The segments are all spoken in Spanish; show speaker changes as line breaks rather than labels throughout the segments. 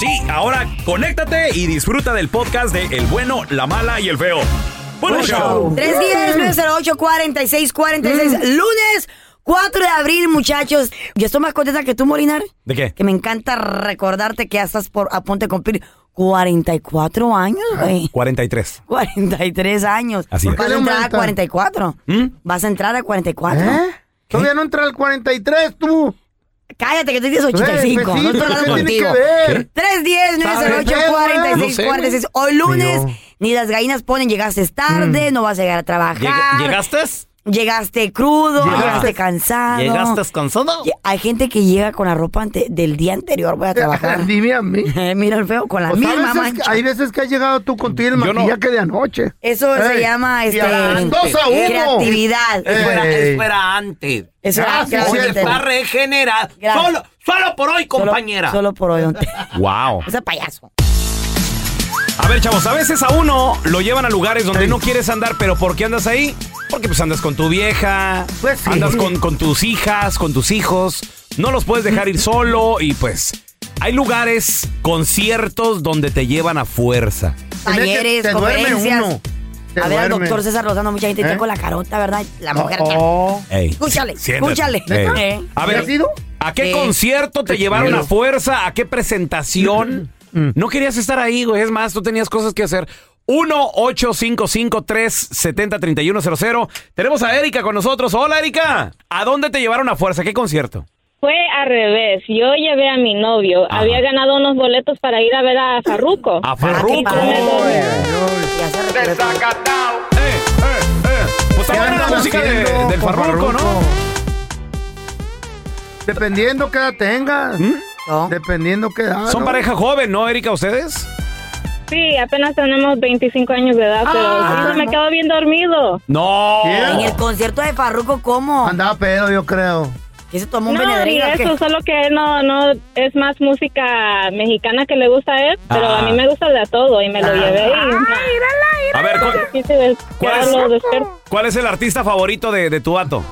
Sí, ahora conéctate y disfruta del podcast de El bueno, la mala y el feo. Bueno, show. Mm.
310-908-4646, lunes 4 de abril, muchachos. Yo estoy más contenta que tú, Molinar.
¿De qué?
Que me encanta recordarte que ya estás por, a punto de cumplir 44 años, güey.
43.
43 años.
Ah. Así es.
Vas a
¿Por qué le
entrar a
aumentan?
44.
¿Mm?
Vas a entrar a 44.
¿Eh? Todavía no entra el 43, tú. Pues,
Cállate que tú tienes 85.
Ey,
no estoy
Pepito,
hablando
¿qué tiene
contigo.
que ver?
310 908
No
46
sé, güey.
46 Hoy lunes, ni las gallinas ponen, llegaste tarde,
Mm.
no vas a llegar a trabajar.
Llega- ¿Llegaste?
Llegaste crudo, llegaste, cansado.
¿Llegaste cansado?
Lle- Hay gente que llega con la ropa ante- del día anterior, voy a trabajar.
Dime a mí.
Eh, Mira el feo, con la
O sea, a
misma
veces
mancha.
que- hay veces que has llegado tú con tu el maquillaje de anoche.
Eso se
Ey,
llama
y
este,
a las dos a uno.
creatividad.
Eh.
Espera,
Ey.
espera antes.
Eso era
Ah, sí,
creatividad.
es
Oye,
cierto.
está regenerada.
Gracias.
Solo, solo por hoy,
Solo-
compañera.
Solo, por hoy. don Teo.
Oh.
Wow.
Ese payaso.
A ver, chavos, a veces a uno lo llevan a lugares donde no quieres andar, pero ¿por qué andas ahí? Porque pues andas con tu vieja,
Pues sí.
andas con, con tus hijas, con tus hijos, no los puedes dejar ir solo y pues hay lugares, conciertos donde te llevan a fuerza.
En el que
Talleres,
te duerme
conferencias.
uno, te
A ver, al
duerme.
doctor César Rosano, mucha gente está
¿Eh?
con la carota, ¿verdad? La mujer.
Oh,
Ey,
Escúchale,
siéntate.
escúchale.
Ey.
Eh.
A
¿Ya
ver,
has ido?
¿a qué
Sí.
concierto te llevaron a fuerza? ¿A qué presentación? No querías estar ahí, güey. Es más, tú tenías cosas que hacer. 1-855-370-3100. Tenemos a Erika con nosotros. Hola, Erika. ¿A dónde te llevaron a fuerza? ¿Qué concierto?
Fue al revés. Yo llevé a mi novio.
Ajá.
Había ganado unos boletos para ir a ver a Farruko.
A
qué
Farruko.
padre.
Eh,
Ya se retiró todo.
eh, eh. Pues está
¿Qué
buena la
andan
música de-
haciendo
del
con
Farruko, ¿no?
Dependiendo qué edad tengas.
¿Mm? No.
Dependiendo qué edad.
Son
¿no?
pareja joven, ¿no, Erika, ustedes?
Sí, apenas tenemos 25 años de edad, pero
Ah.
sí, me quedo bien dormido.
No.
¿Quién?
En el concierto de Farruko, ¿cómo?
Andaba pedo, yo creo.
¿Que se tomó un
No, ni
Benedrino? o qué?
eso, solo que no, no, es más música mexicana que le gusta a él, pero
Ah.
a mí me gusta de todo y me lo llevé.
Ah,
A ver, ¿cuál,
Y, sí, sí, des-
¿Cuál es?
quedarlo despierto.
cuál es el artista favorito de, de tu ato?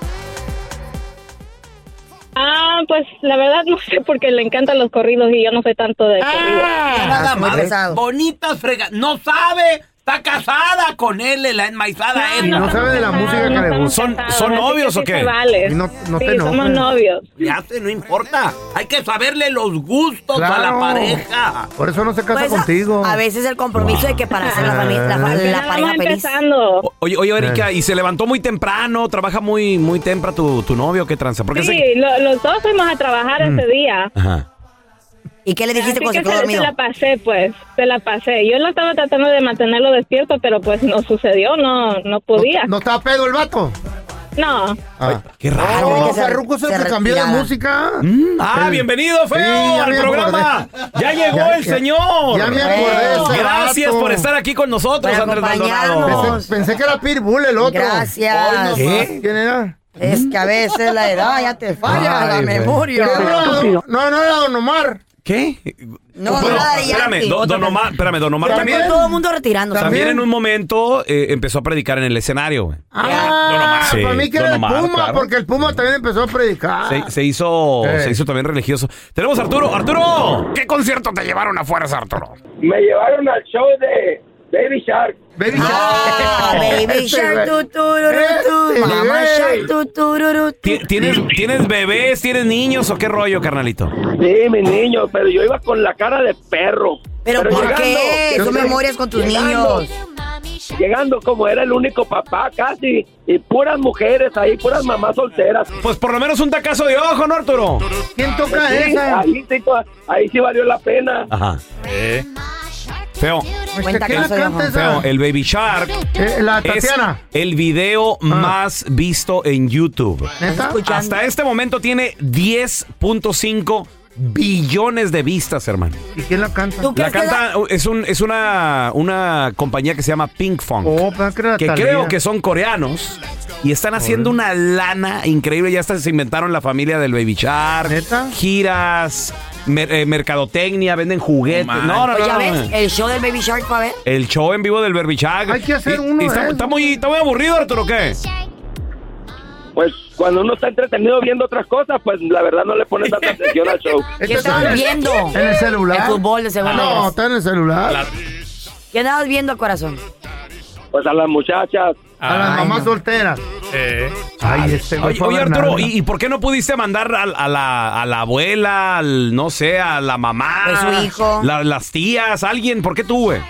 Ah, pues la verdad no sé, porque le encantan los corridos y yo no soy tanto de corridos.
Nada
Ah, muy
más.
pesado.
Bonitas fregas. No sabe. Está casada con él, la enmaizada
Ah, no,
Edna.
no. sabe de la música que le
estamos
gusta.
¿Son-
casados,
son
así que
novios
sí
o qué? este,
se vale.
Y no- no
sí,
te
somos
enojes.
novios.
Ya sé, no importa. Hay que saberle los gustos a la
Claro.
pareja.
Por eso no se casa
Pues, a-
contigo.
A veces el compromiso de que para hacer la, fami- la, fa-
Apenas
la pareja
vamos
feliz.
empezando.
O- Oye, oye, Erika, ¿y se levantó muy temprano? ¿Trabaja muy, muy temprano tu, tu novio? ¿Qué tranza? Porque sé que-
Sí, lo- los dos fuimos a trabajar
Mm.
ese día.
Ajá.
¿Y qué le dijiste
Así
cuando se
que
quedó
se, se
dormido?
la pasé, pues, se la pasé. Yo lo estaba tratando de mantenerlo despierto, pero pues no sucedió, no no podía.
¿No, no estaba pedo el vato?
No,
Ah.
Qué
Ay,
raro.
güey, que
No,
se-
Farruko es
se
el que cambió de
retiraba.
música.
Ah, bienvenido, Feo,
Sí, ya
al
me
programa. Ya llegó
Ya-
el
ya-
señor.
Ya me acordé. de ese
Gracias
vato.
por estar aquí con nosotros,
Por
Andrés
acompañarnos.
Maldonado.
Pensé, pensé que era Pitbull el otro.
Gracias.
Hoy no más. ¿Quién era?
Es que a veces la edad ah, ya te falla,
Ay,
la
güey.
memoria.
No, no, no, no, no era Don Omar.
¿Qué?
No,
pues,
Bueno,
nada de
espérame,
Yankee.
do- don Omar, espérame, don Omar
Está
también.
con todo el mundo retirándose.
También
También.
en un momento eh, empezó a predicar en el escenario. güey. Don
Ah,
Omar. Sí,
para mí que
Don
era el
Omar,
Puma,
claro.
porque el Puma también empezó a predicar.
Se, se hizo,
Eh.
se hizo también religioso. Tenemos a Arturo. Arturo, ¿qué concierto te llevaron a fuerza, Arturo?
Me llevaron al show de Baby Shark.
Baby
Ah,
Shark.
baby
Este,
shark,
güey.
tu, tururú, tu,
Este,
mamá
güey.
shark, tu, tururú, tu.
Ti- ¿Tienes, ¿Tienes bebés? ¿Tienes niños o qué rollo, carnalito?
Sí, mi niño, pero yo iba con la cara de perro.
Pero ¿por qué?
llegando-
Son memorias con tus
llegando-
niños.
Llegando como era el único papá casi, y puras mujeres ahí, puras mamás solteras.
Pues por lo menos un tacazo de ojo, ¿no, Arturo?
¿Quién toca
Sí,
esa?
ahí, sí, ahí sí valió la pena.
Ajá. Feo,
Este,
Cuenta
¿Quién
Eh.
la
que no soy
canta
ojo.
feo.
esa?
El Baby Shark
Eh, la
es
Tatiana. Ah.
el video más visto en YouTube.
¿Neta?
Escuchando.
Hasta este momento tiene 10.5 billones de vistas, hermano.
¿Y quién la canta?
¿Tú
La
crees que la-
canta uh, es, un, es una, una compañía que se llama Pink Funk.
Oh, pensaba que era
que
Thalía.
creo que son coreanos y están haciendo una lana increíble. Ya hasta se inventaron la familia del Baby Shark.
¿Neta?
Giras, mer- eh, mercadotecnia, venden juguetes.
No, man.
No, no,
Pues
no.
ya
no.
ves, el show del Baby Shark para ver.
El show en vivo del Baby Shark.
Hay que hacer uno ¿eh? de
está,
esos.
está muy, está muy aburrido, Arturo, ¿qué?
Pues cuando uno está entretenido viendo otras cosas, pues la verdad no le pone tanta atención al show.
Este
¿Qué
está en
estabas
el-
viendo?
En el celular.
El fútbol de segunda
No,
vez.
está en el celular.
¿Qué andabas viendo, corazón?
Pues a las muchachas.
A las
Ay,
mamás
no.
solteras.
eh.
Ay, este güey.
Oye,
fue a
oye,
ver
Arturo,
nada.
¿y, y por qué no pudiste mandar a, a la, a la abuela, al, no sé, a la mamá?
Pues su hijo.
la- las tías, alguien, ¿por qué tú, güey?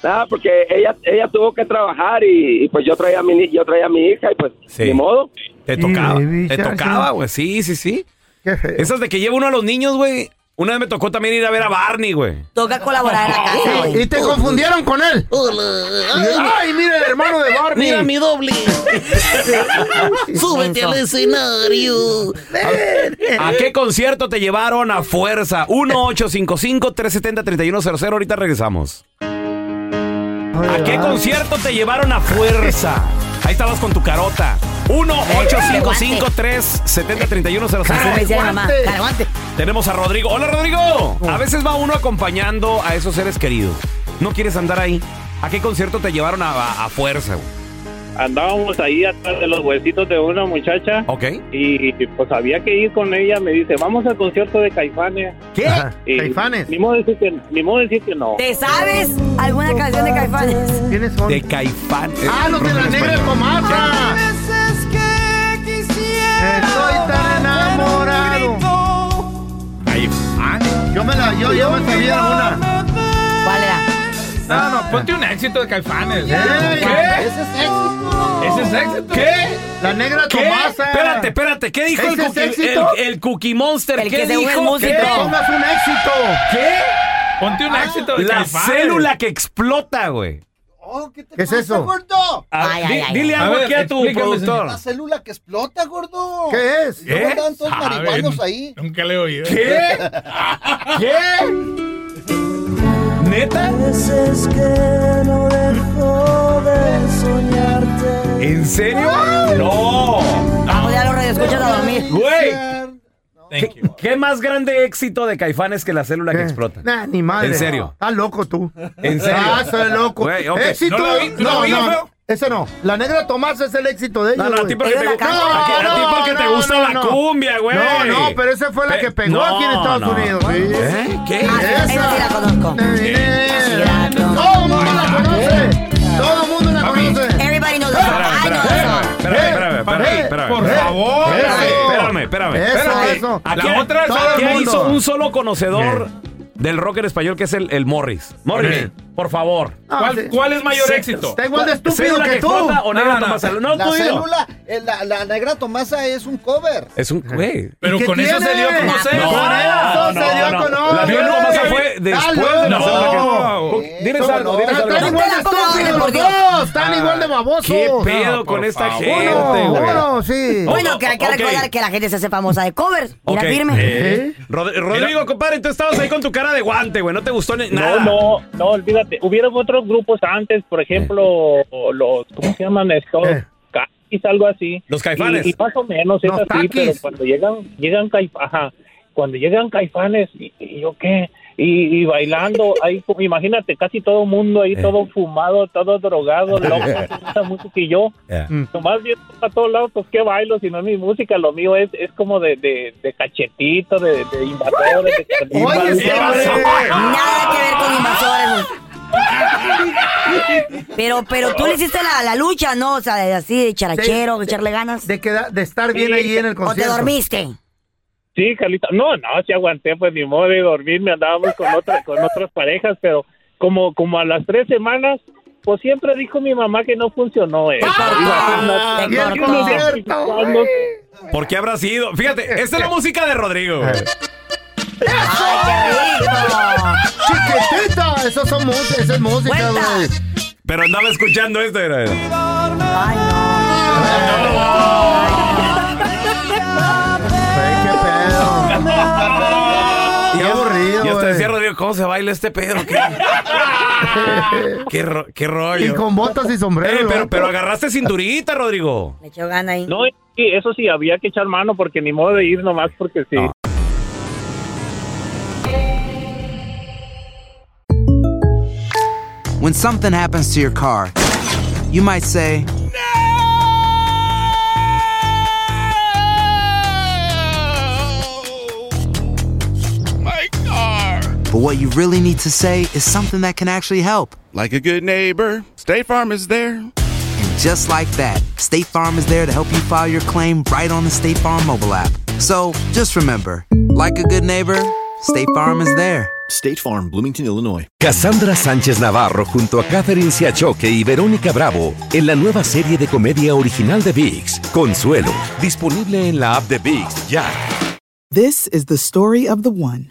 Nada, Ah, porque ella ella tuvo que trabajar y, y, pues yo traía a mi ni- yo traía a mi hija y pues
Sí.
ni modo.
Te
Sí,
tocaba,
Baby
te
Shark,
tocaba,
sí.
güey, sí, sí, sí.
Qué feo.
Esas de que lleva uno a los niños, güey. Una vez me tocó también ir a ver a Barney, güey.
Toca colaborar en la casa,
Sí,
güey.
Y te confundieron con él. Ay, mira el hermano de Barney.
Mira mi doble. Súbete al escenario.
¿A qué concierto te llevaron a fuerza? 1-855-370-3100. Ahorita regresamos. ¿A qué concierto te llevaron a fuerza? Ahí estabas con tu carota. 1-855-370-3100.
Cara, me decía mi mamá.
Aguante.
Cara, aguante.
Tenemos a Rodrigo. ¡Hola, Rodrigo! A veces va uno acompañando a esos seres queridos. ¿No quieres andar ahí? ¿A qué concierto te llevaron a, a- a fuerza? güey?
andábamos pues, ahí atrás de los huesitos de una muchacha
¿Ok?
y pues había que ir con ella. Me dice, vamos al concierto de Caifanes.
¿Qué?
Ajá.
Y
Caifanes.
Ni modo decir que, ni modo decir que no.
¿Te sabes alguna canción de Caifanes?
¿Quiénes son?
De Caifán.
Ah, los de la negra comarca. Estoy tan enamorado. Yo me la, yo, yo me sabía alguna.
¿Cuál era?
No, no, ponte un éxito de Caifanes.
Ey,
¿Qué?
Ese es éxito.
¿Ese es éxito?
¿Qué?
La negra
¿Qué?
Tomasa.
Espérate, espérate. ¿Qué dijo el
¿Ese es
cookie, el,
éxito?
el cookie Monster?
El
¿Qué
que se une el
dijo?
músico.
Que
¿Qué?
pongas un éxito.
¿Qué? Ah,
Ponte un éxito de
La
Caifanes.
célula que explota, güey.
Oh,
¿Qué es eso?
A-
Ay, ay,
di-
ay,
dile
ay.
algo
A ver,
aquí a tu
explícame,
productor.
La célula que explota, gordo.
¿Qué es?
¿Qué?
¿Cómo andan todos
Saben.
marihuanos ahí?
Nunca le he oído.
¿Qué? ¿Qué? ¿Neta? ¿En serio? No.
Vamos ya a los radioescuchas a dormir.
Güey,
Thank you.
¿qué más grande éxito de Caifanes que la célula que explota?
Nah, ni madre.
¿En serio?
Estás loco tú.
¿En serio?
Ah, soy loco.
Güey, ok.
Éxito.
¿No la vi- no la
No,
vi,
no.
feo?
Ese no. La negra Tomás es el éxito de ellos.
No, no, a ti
güey.
porque te,
Ellos
gusta-
la cantan.
a ti- a ti
No,
porque te
no,
gusta
no,
la
no.
cumbia, güey.
No, no, pero esa fue la que pegó aquí en Estados Unidos, sí.
¿Eh? ¿Qué?
Ah, sí, esa sí la conozco.
Eh,
Sí, la
Todo el mundo la conoce. Todo el mundo la conoce.
Everybody knows the song.
Espérame,
I know the
espérame, espérame, espérame, espérame,
song.
Eh,
espérame.
Por
Eh,
favor.
eh,
güey.
eh,
Espérame, espérame.
Eso,
espérame.
eso.
Aquí,
La otra es
todo
todo
el
aquí
el
mundo.
mundo.
hizo un solo conocedor del rock en español que es el, el Morris. Morris,
Ok.
por favor.
Ah, sí.
¿Cuál, cuál es mayor
Sí.
éxito?
Está igual de estúpido
¿Célula
que tú.
explota o negra
No, no.
Tomasa? No,
La
tú dilo.
célula, eh, la, la negra Tomasa es un cover.
Es un güey.
Pero
¿Qué
con eso
tiene?
se dio a conocer.
No,
Con eso
no,
se dio a
no.
conocer.
La negra Tomasa fue después de la
No.
célula
No.
Diles algo, diles
Están
algo.
están
No
igual
te
de
la pongas,
estúpidos los
por Dios.
dos. Están igual de babosos.
¿Qué pedo
No,
con
por
esta
favor.
gente,
Uno,
güey?
uno, sí.
Bueno, que hay que
Ok.
recordar que la gente se hace famosa de covers. Mira,
Ok.
firme.
¿Eh?
Rod- Rodrigo, compadre, tú estabas ahí con tu cara de guante, güey. No te gustó ni nada.
No, no, no, olvídate. Hubieron otros grupos antes, por ejemplo, los, ¿cómo se llaman estos?
Eh.
Caquis, algo así.
Los Caifanes.
Y, y más o menos es
Los
así,
Caquis.
pero cuando llegan, llegan caif- ajá, cuando llegan Caifanes, y, y yo qué, y, y bailando, ahí, como- imagínate, casi todo mundo ahí,
Eh.
todo fumado, todo drogado, loco, con esa música y yo,
Yeah.
nomás viendo a todos lados, pues qué bailo, si no es mi música, lo mío es, es como de, de, de cachetito, de, de invasores, de-
Oye,
invasores.
este
Invasores.
vale.
Nada que ver con invasores. Pero, pero tú le hiciste la, la lucha, ¿no? O sea, de- así, de charachero, de, echarle ganas.
De, estar
bien ahí en el
concierto.
¿O te dormiste?
Sí, Carlita. No, no, si aguanté, pues ni modo de dormirme. Andábamos con, otra, con otras parejas, pero como, como a las tres semanas, pues siempre dijo mi mamá que no funcionó. Eh.
Y ¡Ah! es que no es cierto,
Cuando-
¿Por qué habrá sido? Fíjate, esta es la música de Rodrigo.
¡Chiquitita! Eso son música, eso es música, güey.
Pero andaba escuchando esto. Era.
Qué aburrido.
Yo te
güey.
decía, Rodrigo, ¿cómo se baila este pedo? ¿Qué, qué, ro- qué rollo?
Y con botas y sombrero.
Eh,
el
pero,
vato.
pero agarraste cinturita, Rodrigo.
Le echó gana ahí.
No, y eso sí, había que echar mano porque ni modo de ir nomás porque sí.
When something happens to your car, you might say,
My car.
but what you really need to say is something that can actually help. Like a good neighbor, State Farm is there. And just like that, State Farm is there to help you file your claim right on the State Farm mobile app. So just remember, like a good neighbor, State Farm is there.
State Farm, Bloomington, Illinois. Cassandra Sánchez Navarro junto a Catherine Siachoque y Verónica Bravo en la nueva serie de comedia original de VIX, Consuelo, disponible en la app de VIX ya.
This is the story of the one.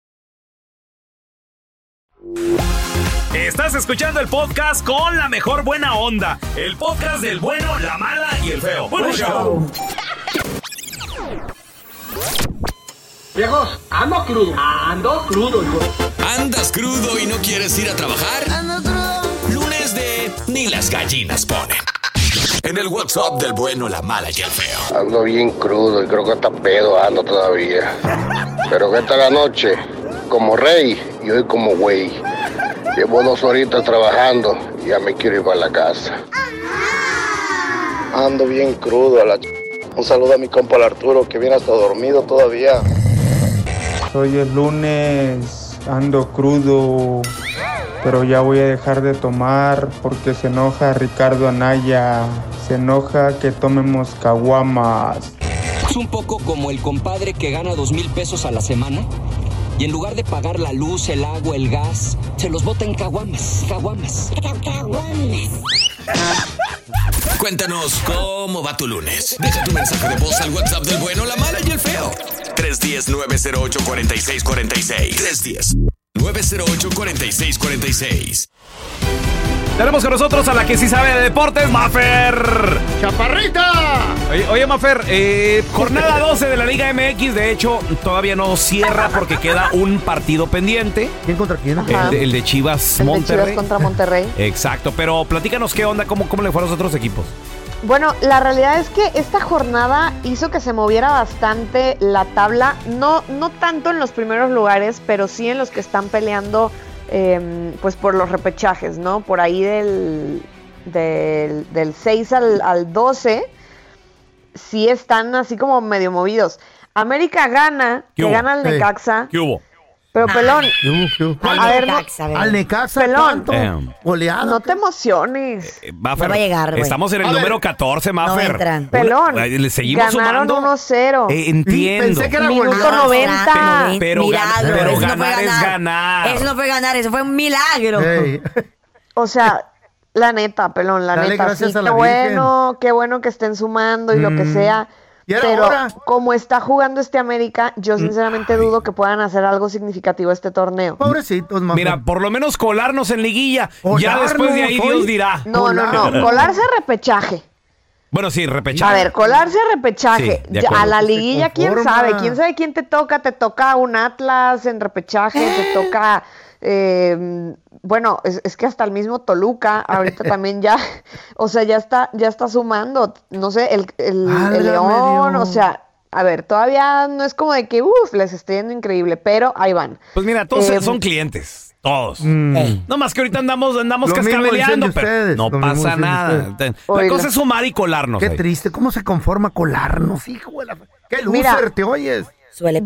Estás escuchando el podcast con la mejor buena onda. El podcast del bueno, la mala y el feo. Bueno, show.
Viejos, ando crudo. Ando crudo, hijo.
¿Andas crudo y no quieres ir a trabajar? Lunes de Ni las gallinas ponen. En el WhatsApp del bueno, la mala y el feo.
Ando bien crudo y creo que hasta pedo ando todavía. Pero que esta la noche, como rey y hoy como güey. Llevo dos horitas trabajando y ya me quiero ir para la casa. Ando bien crudo a la ch- Un saludo a mi compa el Arturo que viene hasta dormido todavía.
Hoy es lunes, ando crudo, pero ya voy a dejar de tomar porque se enoja Ricardo Anaya, se enoja que tomemos caguamas.
Es un poco como el compadre que gana dos mil pesos a la semana y en lugar de pagar la luz, el agua, el gas, se los bota en caguamas, caguamas.
Cuéntanos cómo va tu lunes. Deja tu mensaje de voz al WhatsApp del bueno, la mala y el feo. 310-908-4646. 310-908-4646.
Tenemos con nosotros a la que sí sabe de deportes, Mafer.
¡Chaparrita!
Oye, oye, Mafer, eh, jornada 12 de la Liga MX, de hecho, todavía no cierra porque queda un partido pendiente.
¿Quién contra quién?
El de, el de Chivas
El de
Monterrey.
Chivas contra Monterrey.
Exacto, pero platícanos qué onda, cómo, cómo le fueron a los otros equipos.
Bueno, la realidad es que esta jornada hizo que se moviera bastante la tabla, no, no tanto en los primeros lugares, pero sí en los que están peleando eh, pues por los repechajes, ¿no? Por ahí del, del, del 6 al, al 12 sí están así como medio movidos. América gana,
¿Qué
que
hubo?
gana el
Sí.
Necaxa,
¿Qué hubo?
pero pelón,
¿Qué hubo? ¿Qué hubo?
A ver, Ah, Necaxa, no- a ver.
Al Necaxa,
Pelón.
tanto.
Damn.
Goleada. Eh,
no te emociones.
Mafer,
va a llegar, güey.
Estamos en el
A ver.
número 14, Mafer.
entran.
Una-
Pelón.
Ay, Le seguimos
Ganaron
sumando.
1-0.
Eh, entiendo. Pensé que era
Minuto
goleada.
90.
Pero- pero gan-
Milagro.
pero
eso no
ganar
fue
es
ganar.
ganar.
Eso no fue ganar, eso fue un milagro.
Ey.
O sea, la neta, pelón, la
Dale
neta.
gracias
sí,
a la
qué
Virgen.
bueno, qué bueno que estén sumando y lo que
Mm.
sea.
Y era
Pero
hora.
como está jugando este América, yo sinceramente dudo que puedan hacer algo significativo este torneo.
Pobrecitos, Mafer.
Mira, por lo menos colarnos en liguilla. ya
Colarnos,
después de ahí
oye.
Dios dirá.
No, no, no. Colarse a repechaje.
Bueno, sí, repechaje.
A ver, colarse a repechaje.
Sí, de
Ya,
acuerdo.
a la
Se
liguilla, quién
conforma.
sabe, quién sabe quién te toca, te toca un Atlas en repechaje, te toca eh, bueno, es, es que hasta el mismo Toluca ahorita también ya, o sea, ya está, ya está sumando, no sé, el, el- el
Válgame
León,
Dios.
o sea, a ver, todavía no es como de que, uff, les esté yendo increíble, pero ahí van.
Pues mira, todos
Eh,
son clientes. Todos.
Mm.
No más que ahorita andamos, andamos
Lo mismo dicen
cascabeleando,
de
pero
ustedes,
no
lo mismo dicen
pasa
de
nada.
ustedes.
La
Oiga.
cosa es sumar y colarnos.
Qué
ahí.
triste, ¿cómo se conforma colarnos, hijo de la... Qué loser
Mira.
te oyes.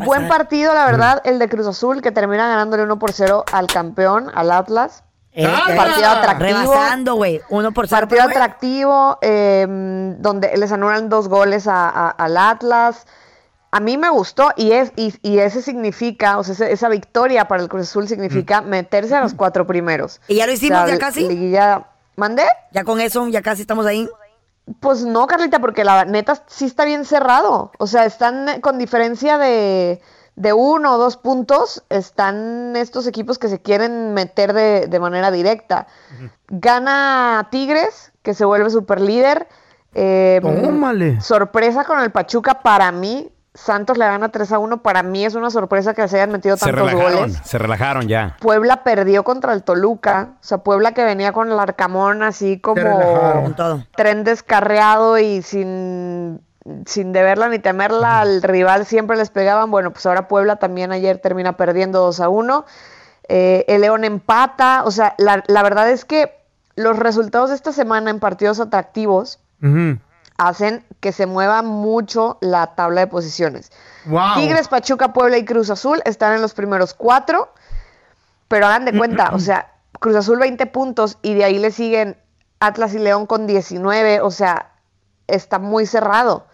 Buen partido,
Mm.
la verdad, el de Cruz Azul, que termina ganándole 1 por 0 al campeón, al Atlas.
Eh,
Ah,
Un
eh,
partido atractivo.
Rebasando, güey. Uno por cero.
Partido
pero, güey,
atractivo, eh, donde les anulan dos goles a- a- al Atlas. A mí me gustó y, es, y, y ese significa, o sea, ese- esa victoria para el Cruz Azul significa meterse a los cuatro primeros.
Mm. ¿Y ya lo hicimos, ya casi?
liguilla- ¿Mandé?
Ya con eso, ya casi estamos ahí.
Pues no, Carlita, porque la neta sí está bien cerrado. O sea, están eh, con diferencia de, de uno o dos puntos, están estos equipos que se quieren meter de, de manera directa. Gana Tigres, que se vuelve superlíder. Eh,
Tómale.
Sorpresa con el Pachuca para mí. Santos le gana 3 a 1. Para mí es una sorpresa que se hayan metido
Se
tantos
relajaron,
goles.
se relajaron ya.
Puebla perdió contra el Toluca. O sea, Puebla que venía con el Arcamón así como
Con todo.
tren descarriado y sin, sin deberla ni temerla, al rival siempre les pegaban. Bueno, pues ahora Puebla también ayer termina perdiendo 2 a 1. Eh, el León empata. O sea, la, la verdad es que los resultados de esta semana en partidos atractivos
eh.
hacen que se mueva mucho la tabla de posiciones.
Wow.
Tigres, Pachuca, Puebla y Cruz Azul están en los primeros cuatro, pero hagan de cuenta, o sea, Cruz Azul 20 puntos y de ahí le siguen Atlas y León con 19, o sea, está muy cerrado.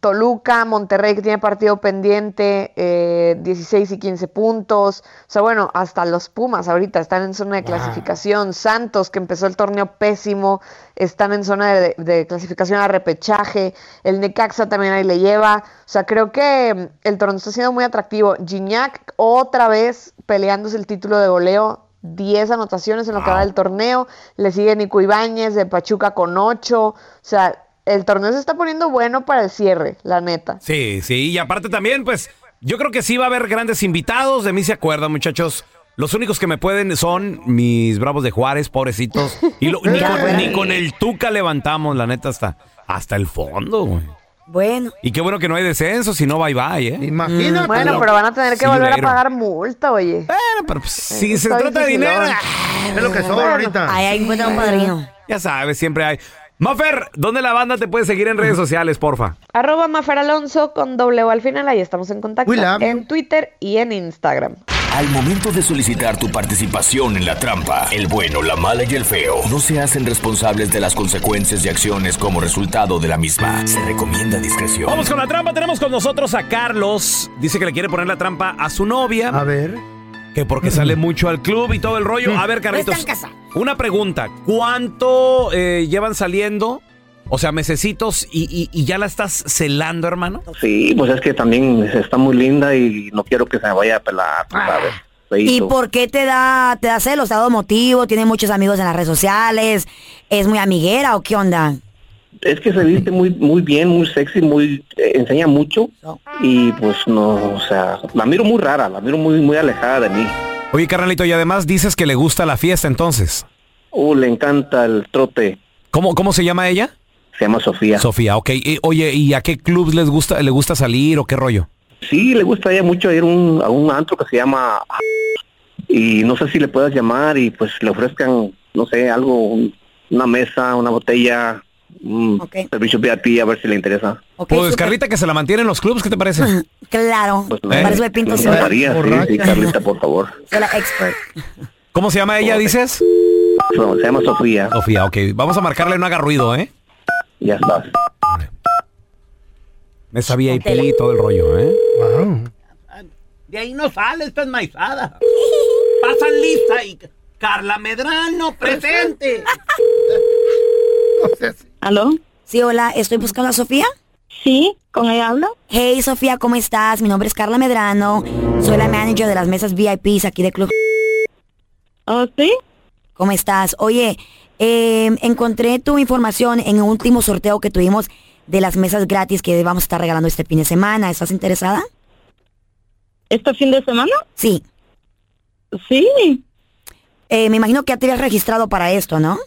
Toluca, Monterrey que tiene partido pendiente, eh, 16 y 15 puntos. O sea, bueno, hasta los Pumas ahorita están en zona de clasificación. Santos, que empezó el torneo pésimo, están en zona de, de clasificación a repechaje. El Necaxa también ahí le lleva. O sea, creo que mm, el torneo está siendo muy atractivo. Gignac otra vez peleándose el título de goleo. 10 anotaciones en lo que va del torneo. Le sigue Nico Ibáñez de Pachuca con 8. O sea, el torneo se está poniendo bueno para el cierre, la neta.
Sí, sí, y aparte también, pues, yo creo que sí va a haber grandes invitados, de mí se acuerdan, muchachos. Los únicos que me pueden son mis bravos de Juárez, pobrecitos. Y lo- ni, con, ni con el Tuca levantamos, la neta, hasta, hasta el fondo, güey.
Bueno.
Y qué bueno que no hay descenso, si no, bye bye, ¿eh?
Imagínate.
Mm, Bueno, pero van a tener que volver a pagar multa, oye.
Bueno, pues, pero Si se
Está
trata de dinero,
dificilón.
ah,
es lo que son
Bueno,
ahorita.
ahí- ahí encuentran un padrino.
Ya sabes, siempre hay. Mafer, ¿dónde la banda te puede seguir en redes sociales, porfa?
Arroba Mafer Alonso con doble O al final, ahí estamos en contacto. En Twitter y en Instagram.
Al momento de solicitar tu participación en la trampa, el bueno, la mala y el feo no se hacen responsables de las consecuencias y acciones como resultado de la misma. Se recomienda discreción.
Vamos con la trampa. Tenemos con nosotros a Carlos. Dice que le quiere poner la trampa a su novia. A
ver.
Que porque sale mucho al club y todo el rollo. A ver,
No
Carlitos.
están casados.
Una pregunta. ¿Cuánto eh, llevan saliendo? O sea, mesecitos y, y- y ya la estás celando, hermano.
Sí, pues es que también está muy linda y no quiero que se me vaya a pelar, tú ¿sabes?
Ah. ¿Y
Feíto.
por qué te da, te da celos? ¿Te ha dado motivo? ¿Tiene muchos amigos en las redes sociales? ¿Es muy amiguera o qué onda?
Es que se viste muy muy bien, muy sexy, muy eh, enseña mucho y pues no, o sea, la miro muy rara, la miro muy muy alejada de mí.
Oye, carnalito, y además dices que le gusta la fiesta, entonces.
Uh, le encanta el trote.
¿Cómo, cómo se llama ella?
Se llama Sofía.
Sofía, ok. Y, oye, ¿y a qué club les gusta, le gusta salir o qué rollo?
Sí, le gusta a ella mucho ir a un, a un antro que se llama y no sé si le puedas llamar y pues le ofrezcan, no sé, algo, un- una mesa, una botella, un servicio para ti, a ver si le interesa.
pues Carlita, que se la mantiene en los clubs, ¿qué te parece?
Claro.
Pues
¿Eh?
Parece me pinto
Me
sola.
encantaría, sí, sí, Carlita, por favor.
Soy la expert.
¿Cómo se llama ella, dices?
se llama Sofía.
Sofía, ok. Vamos a marcarle, no haga ruido, ¿eh?
Ya estás.
Me sabía y todo el rollo, ¿eh?
De ahí no sale esta enmaizada. Pasan lista y Carla Medrano presente.
¿Aló? Sí, hola, estoy buscando a Sofía. Sí, ¿con ella hablo? Hey, Sofía, ¿cómo estás? Mi nombre es Carla Medrano. Soy la manager de las mesas VIPs aquí de Club. ¿Oh, sí? ¿Cómo estás? Oye, eh, encontré tu información en el último sorteo que tuvimos de las mesas gratis que vamos a estar regalando este fin de semana. ¿Estás interesada? ¿Este fin de semana? Sí. Sí. Eh, me imagino que ya te habías registrado para esto, ¿no?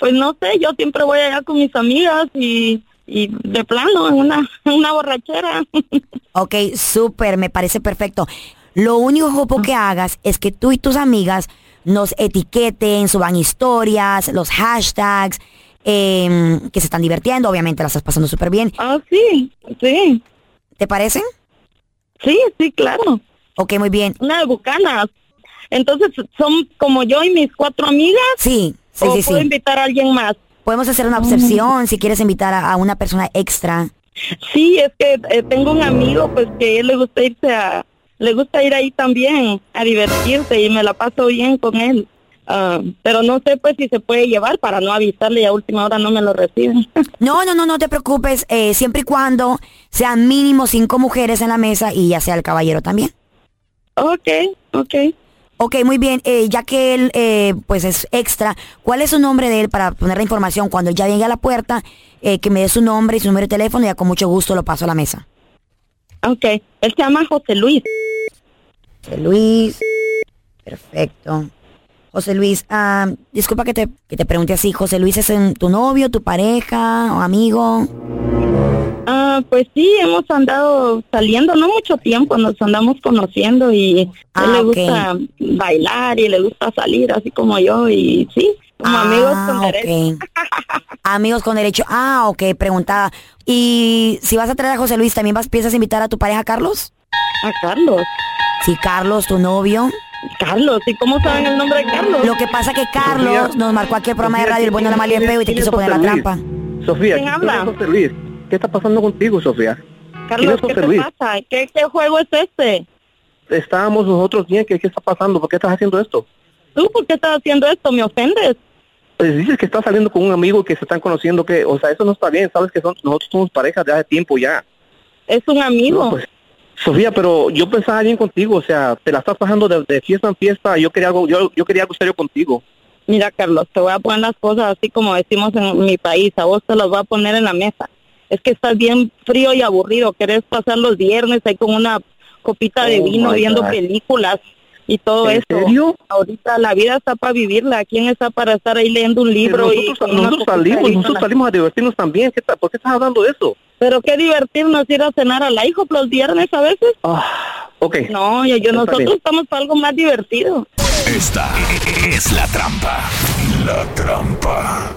Pues no sé, yo siempre voy allá con mis amigas y, y de plano, en una, en una borrachera.
Ok, súper, me parece perfecto. Lo único, Jopo, que hagas es que tú y tus amigas nos etiqueten, suban historias, los hashtags, eh, que se están divirtiendo, obviamente las estás pasando súper bien.
Ah, sí, sí.
¿Te parece?
Sí, sí, claro.
Ok, muy bien.
Una de bucanas. Entonces, ¿son como yo y mis cuatro amigas?
Sí, sí,
¿O
sí, sí.
puedo invitar a alguien más? Mm,
Podemos hacer
Ah.
una obsesión si quieres invitar a, a una persona extra.
Sí, es que eh, tengo un amigo pues que él le gusta irse a le gusta ir ahí también a divertirse y me la paso bien con él. Ah, pero no sé pues si se puede llevar para no avisarle y a última hora no me lo reciben.
No, no, no, no te preocupes, eh, siempre y cuando sean mínimo cinco mujeres en la mesa y ya sea el caballero también.
Ok, ok.
Ok, muy bien, eh, ya que él eh, pues es extra, ¿cuál es su nombre de él para poner la información? Cuando ya llegue a la puerta, eh, que me dé su nombre y su número de teléfono y ya con mucho gusto lo paso a la mesa.
Ok, él se llama José Luis.
José Luis, perfecto. José Luis, ah, disculpa que te, que te pregunte así, José Luis es en- tu novio, tu pareja o amigo.
Ah, pues sí, hemos andado saliendo no mucho tiempo, nos andamos conociendo y a él
Ah,
le
ok.
gusta bailar y le gusta salir así como yo y sí, como amigos con
Ah, ok. Amigos con derecho. Ah, ok, preguntada. Y si vas a traer a José Luis, ¿también vas, piensas invitar a tu pareja Carlos?
A Carlos.
Sí, Carlos, tu novio.
Carlos, ¿y cómo saben el nombre de Carlos?
Lo que pasa que Carlos nos marcó aquí el programa de radio El Bueno, la Mala y el Feo y te quiso poner la trampa.
Sofía,
¿Quién
¿quién
habla?
habla? José Luis? ¿Qué está pasando contigo, Sofía? ¿Quién
Carlos,
es
¿qué
José
te
Luis?
pasa? ¿Qué, qué juego es este?
Estábamos nosotros bien, ¿qué, qué está pasando? ¿Por qué estás haciendo esto?
¿Tú por qué estás haciendo esto? ¿Me ofendes?
Pues dices que estás saliendo con un amigo que se están conociendo, que, o sea, eso no está bien, sabes que son, nosotros somos parejas de hace tiempo ya.
Es un amigo.
No, pues, Sofía, pero yo pensaba bien contigo, o sea, te la estás pasando de, de fiesta en fiesta, yo quería algo, yo, yo quería algo serio contigo.
Mira, Carlos, te voy a poner las cosas así como decimos en mi país. A vos te las voy a poner en la mesa. Es que estás bien frío y aburrido. Querés pasar los viernes ahí con una copita de
Oh,
vino
my
viendo
God.
películas y todo
¿En
eso.
serio?
Ahorita la vida está para vivirla. ¿Quién está para estar ahí leyendo un libro?
Pero
y
nosotros,
con una
nosotros
copita de
salimos,
vino en
nosotros
la-
salimos a divertirnos también, ¿Qué ta- ¿por qué estás hablando de eso?
Pero qué divertirnos ir a cenar a la hijo los viernes a veces.
Ah, Ok.
No, yo, yo-
Está
nosotros
bien.
estamos para algo más divertido.
Esta es la trampa. La trampa.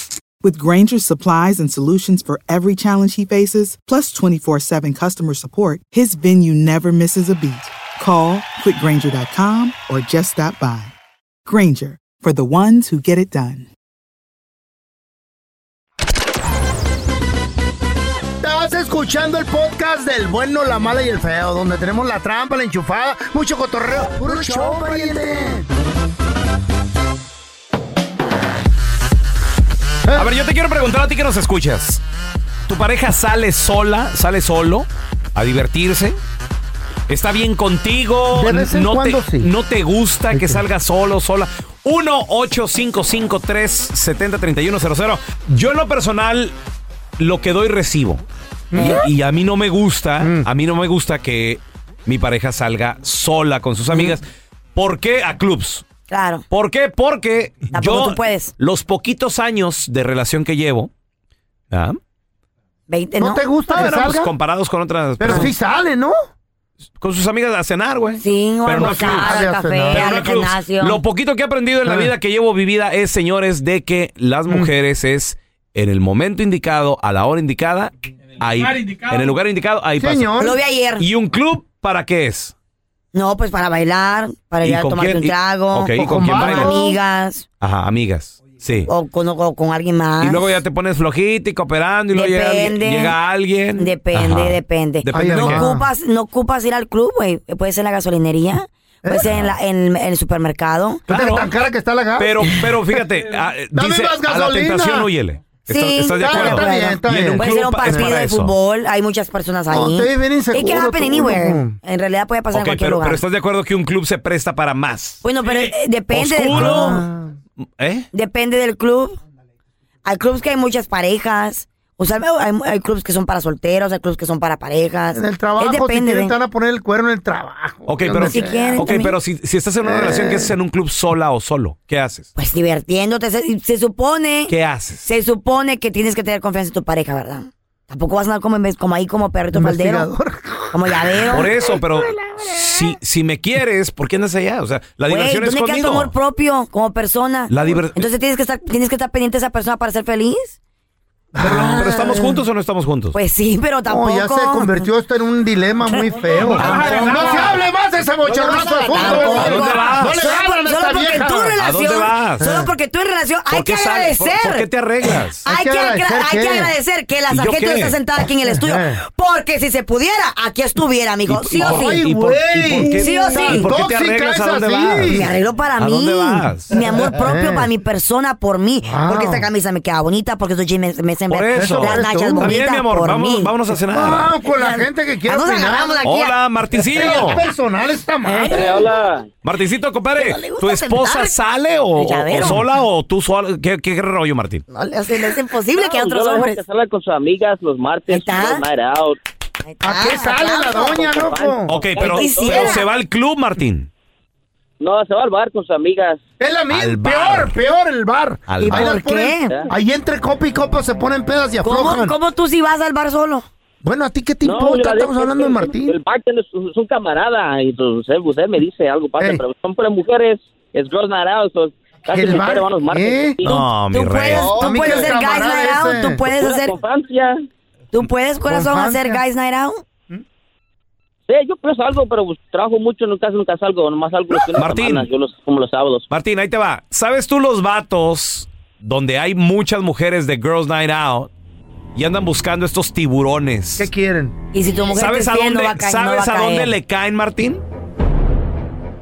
With Granger's supplies and solutions for every challenge he faces, plus 24 7 customer support, his venue never misses a beat. Call quickgranger.com or just stop by. Granger, for the ones who get it done.
Estás escuchando el podcast del bueno, la mala y el feo, donde tenemos la trampa, la enchufada, mucho cotorreo. ¡Puro show, pariente!
A ver, yo te quiero preguntar a ti que nos escuchas. ¿Tu pareja sale sola, sale solo a divertirse? ¿Está bien contigo?
De vez en
¿No,
cuando
te, ¿No te gusta que salga solo, sola? 1-855-370-3100. Yo en lo personal, lo que doy recibo. Y, y a mí no me gusta,
Mm.
a mí no me gusta que mi pareja salga sola con sus amigas. ¿Por qué a clubs?
Claro.
¿Por qué? Porque
Tampoco
yo
tú puedes.
los poquitos años de relación que llevo, ¿ah?
20,
¿No
¿no?
te gusta que
Bueno, pues,
salga?
comparados con otras
Pero sí
personas.
sale, ¿no?
con sus amigas a cenar, güey.
Sí, o
Pero
al
no
bazar,
clubs.
al café,
Pero no
al
clubs.
gimnasio.
Lo poquito que he aprendido en la
Ah.
vida que llevo vivida es, señores, de que las
Mm.
mujeres es en el momento indicado, a la hora indicada, ahí.
lugar indicado.
En el lugar indicado, ahí pasa.
Señor. Lo vi ayer.
¿Y un club para qué es?
No, pues para bailar, para
¿Y
ir a
con
tomarte
quién?
un
¿Y-
trago,
ok, y
o
con quién bailas?
amigas,
Ajá, amigas. Sí.
o con, o con alguien más.
Y luego ya te pones flojita y cooperando y luego llega, alguien-
Depende.
llega alguien.
Depende,
Ajá.
depende.
Depende de
no,
qué.
ocupas, no ocupas ir al club, güey. Puede ser la gasolinería, Pues en, la- en el supermercado.
Claro.
Tan cara que está la gas.
Pero, pero fíjate, a-
Dame
dice,
más
a la
gasolina".
tentación huyele. ¿Estás,
Sí,
estás de
claro,
acuerdo?
claro.
Y en un
Puede
club
ser un
pa- es
partido
para
de
eso.
fútbol, hay muchas personas ahí.
No, estoy bien
It
inseguro,
can happen
tú,
anywhere.
loco.
En realidad puede pasar
Ok,
en cualquier
pero,
lugar.
pero estás de acuerdo que un club se presta para más.
Bueno, pero eh, depende Ah. del
Oscuro.
club.
¿Eh?
Depende del club. Hay clubes que hay muchas parejas. O sea, hay, hay clubes que son para solteros, hay clubes que son para parejas.
En el trabajo,
Es
si
depende
quieren,
de-
te van a poner el cuerno en el trabajo.
Ok,
Yo
pero,
no sé.
ok, pero si, si estás en una relación que es en un club sola o solo, ¿qué haces?
Pues divirtiéndote. Se, se supone.
¿Qué haces?
Se supone que tienes que tener confianza en tu pareja, ¿verdad? Tampoco vas a andar como, en vez- como ahí como perrito faldero. Como llavero.
Por eso, pero si, si me quieres, ¿por qué andas allá? O sea, la
Güey,
diversión es
¿dónde queda tu
conmigo.
amor propio como persona?
La diver-
Entonces tienes que estar tienes que estar pendiente de esa persona para ser feliz.
¿Pero estamos juntos o no estamos juntos?
Pues sí, pero tampoco.
ya se convirtió esto en un dilema muy feo.
No se hable
más de ese bochornazo de fútbol,
¿A
¿eh?
dónde vas?
No le
Solo
hablan
por-
a
solo
esta
porque
vieja.
tú
¿A
en
dónde
relación-
vas?
Solo porque tú en relación
¿Por
hay que
qué sales? ¿Por-
agradecer.
por qué te arreglas?
Hay,
¿Hay
que,
que
agra-
agradecer
hay que
qué?
agradecer que la
¿Y yo
sargento
qué?
está sentada aquí en el estudio.
Eh.
Porque si se pudiera, aquí estuviera, amigo.
¿Y-
Sí
y
o
por-
sí.
y por- y por qué-
sí o
y
sí.
por qué te Tóxica arreglas? ¿A dónde es así. vas?
Me arreglo para
¿A
mí.
dónde vas?
Mi amor propio
Eh.
para mi persona, por mí.
Wow.
Porque esta camisa me queda bonita, porque estos jeans me, me hacen
Por
ver
eso.
las
Está
nachas
bien,
bonitas
mi amor,
por
vamos-
mí.
vámonos a cenar.
Vamos con la gente que quiere
Nos
opinar.
agarramos de aquí
Hola,
a-
Martincillo.
Es personal esta madre.
Martincito, compadre,
le gusta
¿tu esposa
sentar?
sale o,
El llavero.
o sola o tú sola? ¿Qué, qué rollo, Martín?
No, le- o sea, le es imposible que a otros
yo la dejo
hombres.
que salga con sus amigas los martes, los night out.
¿A qué sale la doña, loco?
Ok, pero, pero se va al club, Martín.
No, se va al bar con sus amigas.
Es la misma.
Al
Peor,
bar.
peor el bar.
Al
Ahí
bar.
las
¿Por
ponen-
qué?
Ahí entre copa y copa se ponen pedas y aflojan.
¿Cómo, ¿Cómo tú si vas al bar solo?
Bueno, ¿a ti qué te
No, yo
importa?
la
Estamos
dejo,
hablando de
es-
Martín.
El bartender es, es un camarada y pues, usted, usted me dice algo pasa, pero son puras mujeres, es girls night out, so, casi
¿El
siempre
bar ¿Eh?
van los martes.
qué?
No, mi rey.
tú puedes hacer guys night out, tú puedes
Pura
hacer...
constancia.
¿Tú puedes, corazón, hacer
Constancia.
guys night out?
Sí, yo pues salgo, pero pues, trabajo mucho, nunca, nunca salgo, nomás salgo los fines de
Martín.
semana, yo los, como los sábados.
Martín, ahí te va. ¿Sabes tú los vatos donde hay muchas mujeres de Girls Night Out y andan buscando estos tiburones? ¿Qué
quieren?
Y si tu mujer
¿Sabes
te
a
sigue,
dónde,
no va a caer, no
¿sabes
va
a
a
dónde
caer.
le caen, Martín?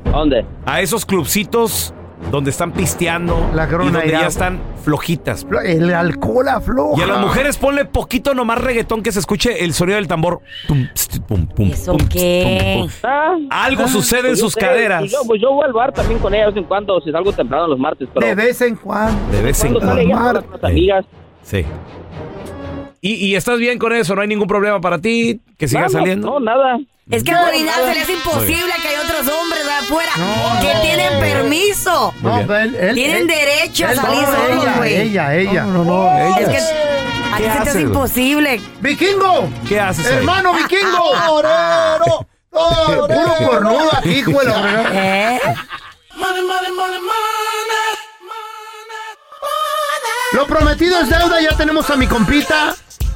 ¿A dónde?
A esos clubcitos donde están pisteando y
Girl
donde
Night
ya
Out.
están flojitas.
El alcohol afloja.
Y a las mujeres ponle poquito nomás reggaetón que se escuche el sonido del tambor. Tum, pst, pum, pum, pum, pum, pum. Algo sucede en
Pues yo
sus
sé, y
caderas.
Yo, pues yo voy al bar también con ella de vez en cuando, si salgo temprano los martes, pero...
De vez en cuando.
De vez en
cuando sale ella sola con las amigas.
Sí. Y, y estás bien con eso, no hay ningún problema para ti, que siga
No, no,
saliendo.
No, nada.
Es que
No,
por edad
nada.
se le es imposible que hay otros hombres allá afuera que tienen permiso.
Oh, No, pero él- él-
tienen
él-
derecho a
él-
salir
no,
solos,
ella,
güey. Oh,
Ella, ella. No,
Es que a ti
¿Qué
se te
haces,
hace
güey?
imposible. Ah,
¡Vikingo!
¿Qué haces ahí?
¡Hermano vikingo! ¡Torero! ¡Puro cornudo aquí, hijo de la fregada.
¿Eh?
Lo prometido es deuda, ya tenemos a mi compita.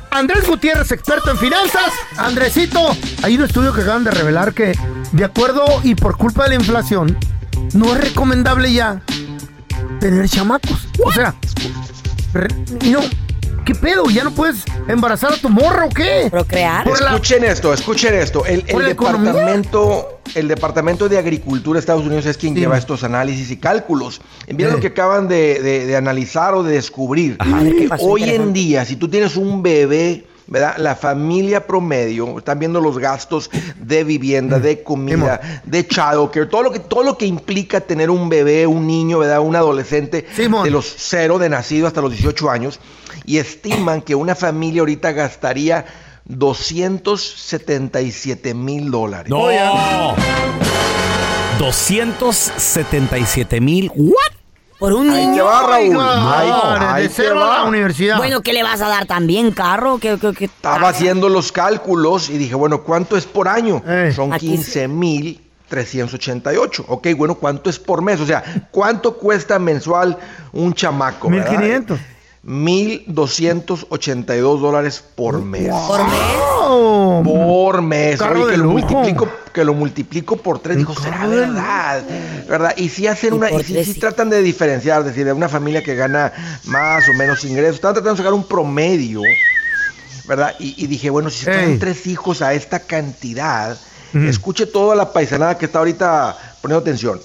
Andrés Gutiérrez, experto en finanzas. Andresito, hay un estudio que acaban de revelar que, de acuerdo y por culpa de la inflación, no es recomendable ya tener chamacos. O sea, re- no, ¿qué pedo? ¿Ya no puedes embarazar a tu morro o qué?
Procrear.
Por la
Escuchen esto, escuchen esto. El, el
¿Por la economía?
departamento, el departamento de Agricultura de Estados Unidos es quien lleva estos análisis y cálculos. Mira lo que acaban de, de- de analizar o de descubrir. Que
pasó?
hoy en
Interesante.
día, si tú tienes un bebé, ¿verdad? La familia promedio, están viendo los gastos de vivienda, de comida, de childcare, todo lo que, todo lo que implica tener un bebé, un niño, ¿verdad? Un adolescente de los cero de nacido hasta los 18 años. Y estiman que una familia ahorita gastaría 277 mil dólares.
No. 277 mil. ¿What?
Por un
Ahí
niño.
te va, Raúl. Ahí, ahí te va.
Bueno, ¿qué le vas a dar también, carro? ¿Qué, qué, qué?
Estaba haciendo los cálculos y dije, bueno, ¿cuánto es por año?
Eh.
Son 15,388. Ok, bueno, ¿cuánto es por mes? O sea, ¿cuánto cuesta mensual un chamaco? 1,500. 1,282 dólares por mes. ¿Por
mes?
Por mes.
Carro
Oye,
de
que, lo
lujo.
multiplico, que lo multiplico por tres. Dijo, será verdad. ¿Verdad? Y si hacen una... Y si- si tratan de diferenciar, es decir, de una familia que gana más o menos ingresos. Están tratando de sacar un promedio. ¿verdad? Y, y dije, bueno, si se traen
Ey.
tres hijos a esta cantidad, escuche toda la paisanada que está ahorita poniendo atención.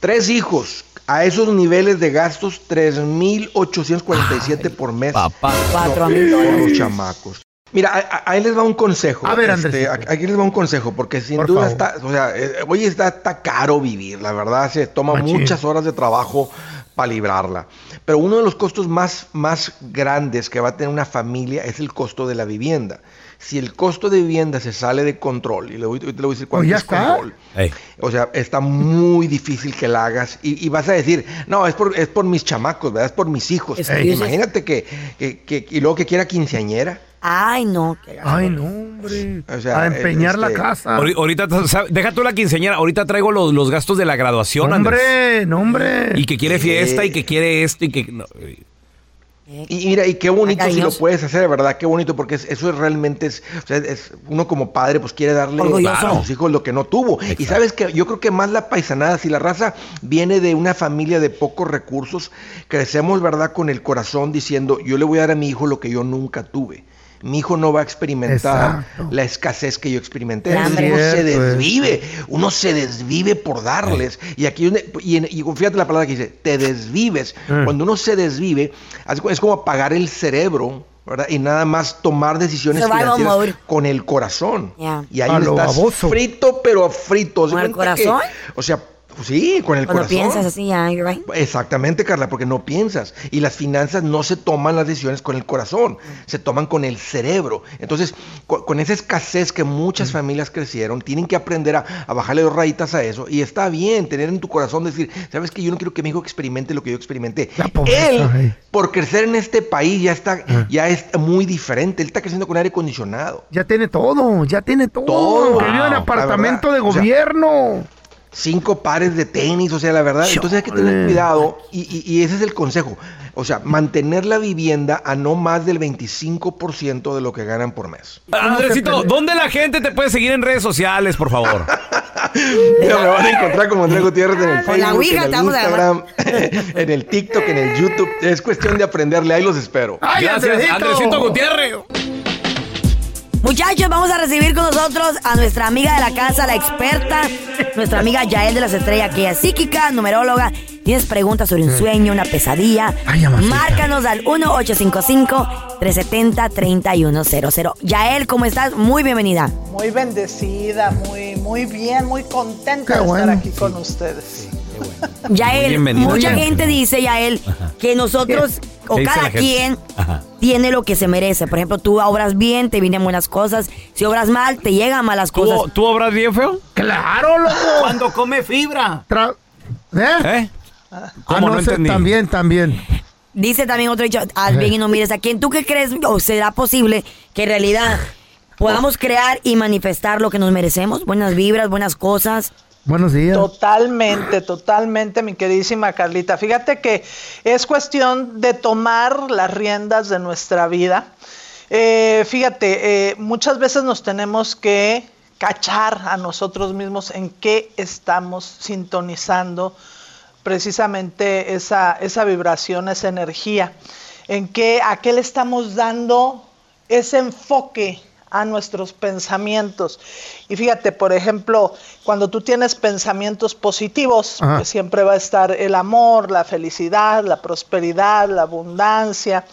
Tres hijos a esos niveles de gastos, 3.847 por mes. Papá,
Cuatro mil dólares.
los chamacos. Mira, a- a- ahí les va un consejo.
A ver,
Este,
Andresito.
a- aquí les va un consejo, porque sin
Por
duda
favor.
está, o sea, eh, hoy está, está caro vivir, la verdad, se toma
Machín.
muchas horas de trabajo para librarla. Pero uno de los costos más, más grandes que va a tener una familia es el costo de la vivienda. Si el costo de vivienda se sale de control, y le voy, ahorita le voy a decir cuánto
Oh, ya
es
está.
control, o sea, está muy difícil que la hagas y, y vas a decir, no, es por, es por mis chamacos, ¿verdad? Es por mis hijos.
Es que
Ey,
dices-
Imagínate que, que- que- y luego que quiera quinceañera.
Ay, no.
Ay, no, hombre.
O sea, eh, este,
A empeñar la casa.
Ahori- Ahorita, t- sa- deja tú la quinceñera, ahorita traigo los, los gastos de la graduación, Andrés.
Hombre, no, hombre.
Y que quiere fiesta y que quiere esto y que... no, eh,
Y mira, y qué bonito si lo
cariñoso.
puedes hacer, ¿verdad? Qué bonito, porque es- eso es realmente es, o sea, es- uno como padre, pues quiere darle
Orgulloso.
a sus hijos lo que no tuvo. Y sabes que yo creo que más la paisanada, si la raza viene de una familia de pocos recursos, crecemos, ¿verdad?, con el corazón diciendo, yo le voy a dar a mi hijo lo que yo nunca tuve. Mi hijo no va a experimentar la escasez que yo experimenté.
Es
Entonces, uno se
cierto, eh.
desvive, uno se desvive por darles. Y aquí, es donde- y, en- y fíjate la palabra que dice, te desvives.
Mm.
Cuando uno se desvive, haz de cu- es como apagar el cerebro, ¿verdad? Y nada más tomar decisiones
Survival
financieras
mode.
con el corazón.
Ya.
Y ahí
A lo
estás
baboso.
frito, pero frito. Haz de
¿Con el
cuenta que-
corazón?
o sea, sí, con el
Cuando
corazón.
piensas así, ya, you're right.
Exactamente, Carla, porque no piensas. Y las finanzas no se toman las decisiones con el corazón, se toman con el cerebro. Entonces, co- con, esa escasez que muchas familias crecieron, tienen que aprender a, a bajarle dos rayitas a eso. Y está bien tener en tu corazón decir, ¿sabes que Yo no quiero que mi hijo experimente lo que yo experimenté. Él, por crecer en este país, ya está, ya es muy diferente. Él está creciendo con aire acondicionado.
Ah. Ya tiene todo, ya tiene todo.
Todo.
Que vive en
Wow.
apartamento
La
de
verdad, o sea,
gobierno.
cinco pares de tenis, o sea, la verdad. Entonces hay que tener
Chole.
cuidado y, y- y ese es el consejo. O sea, mantener la vivienda a no más del 25% de lo que ganan por mes.
Andresito, ¿dónde la gente te puede seguir en redes sociales, por favor?
Mira, me van a encontrar como Andrés Gutiérrez en el
Con Ah, la
Facebook,
ouija
en
te
el
vamos a
Instagram, en el TikTok, en el YouTube. Es cuestión de aprenderle, ahí los espero.
Gracias, Andresito Gutiérrez.
Muchachos, vamos a recibir con nosotros a nuestra amiga de la casa, la experta, nuestra amiga Yael de las Estrellas, que ella es psíquica, numeróloga. Tienes preguntas sobre un sueño, una pesadilla. Márcanos al 1-855-370-3100. Yael, ¿cómo estás? Muy bienvenida.
Muy bendecida, muy, muy bien, muy contenta
Qué
de
bueno.
estar aquí con ustedes.
Yael,
bienvenida.
mucha
Muy
gente dice, Yael, que nosotros, o
¿Qué dice
cada
la gente?
quien, tiene lo que se merece. Por ejemplo, tú obras bien, te vienen buenas cosas. Si obras mal, te llegan malas
¿Tú,
cosas.
tú obras bien, feo?
Claro, loco.
Cuando come fibra.
¿Eh?
¿Cómo?
Ah, no,
No
sé,
entendí.
también, también.
Dice también otro dicho, haz bien y no mires a quién. ¿Tú qué crees o será posible que en realidad podamos crear y manifestar lo que nos merecemos? Buenas vibras, buenas cosas.
Buenos días.
Totalmente, totalmente, mi queridísima Carlita. Fíjate que es cuestión de tomar las riendas de nuestra vida. Eh, fíjate, eh, muchas veces nos tenemos que cachar a nosotros mismos en qué estamos sintonizando precisamente esa, esa vibración, esa energía, en qué, a qué le estamos dando ese enfoque a nuestros pensamientos. Y fíjate, por ejemplo, cuando tú tienes pensamientos positivos,
Ajá.
pues siempre va a estar el amor, la felicidad, la prosperidad, la abundancia.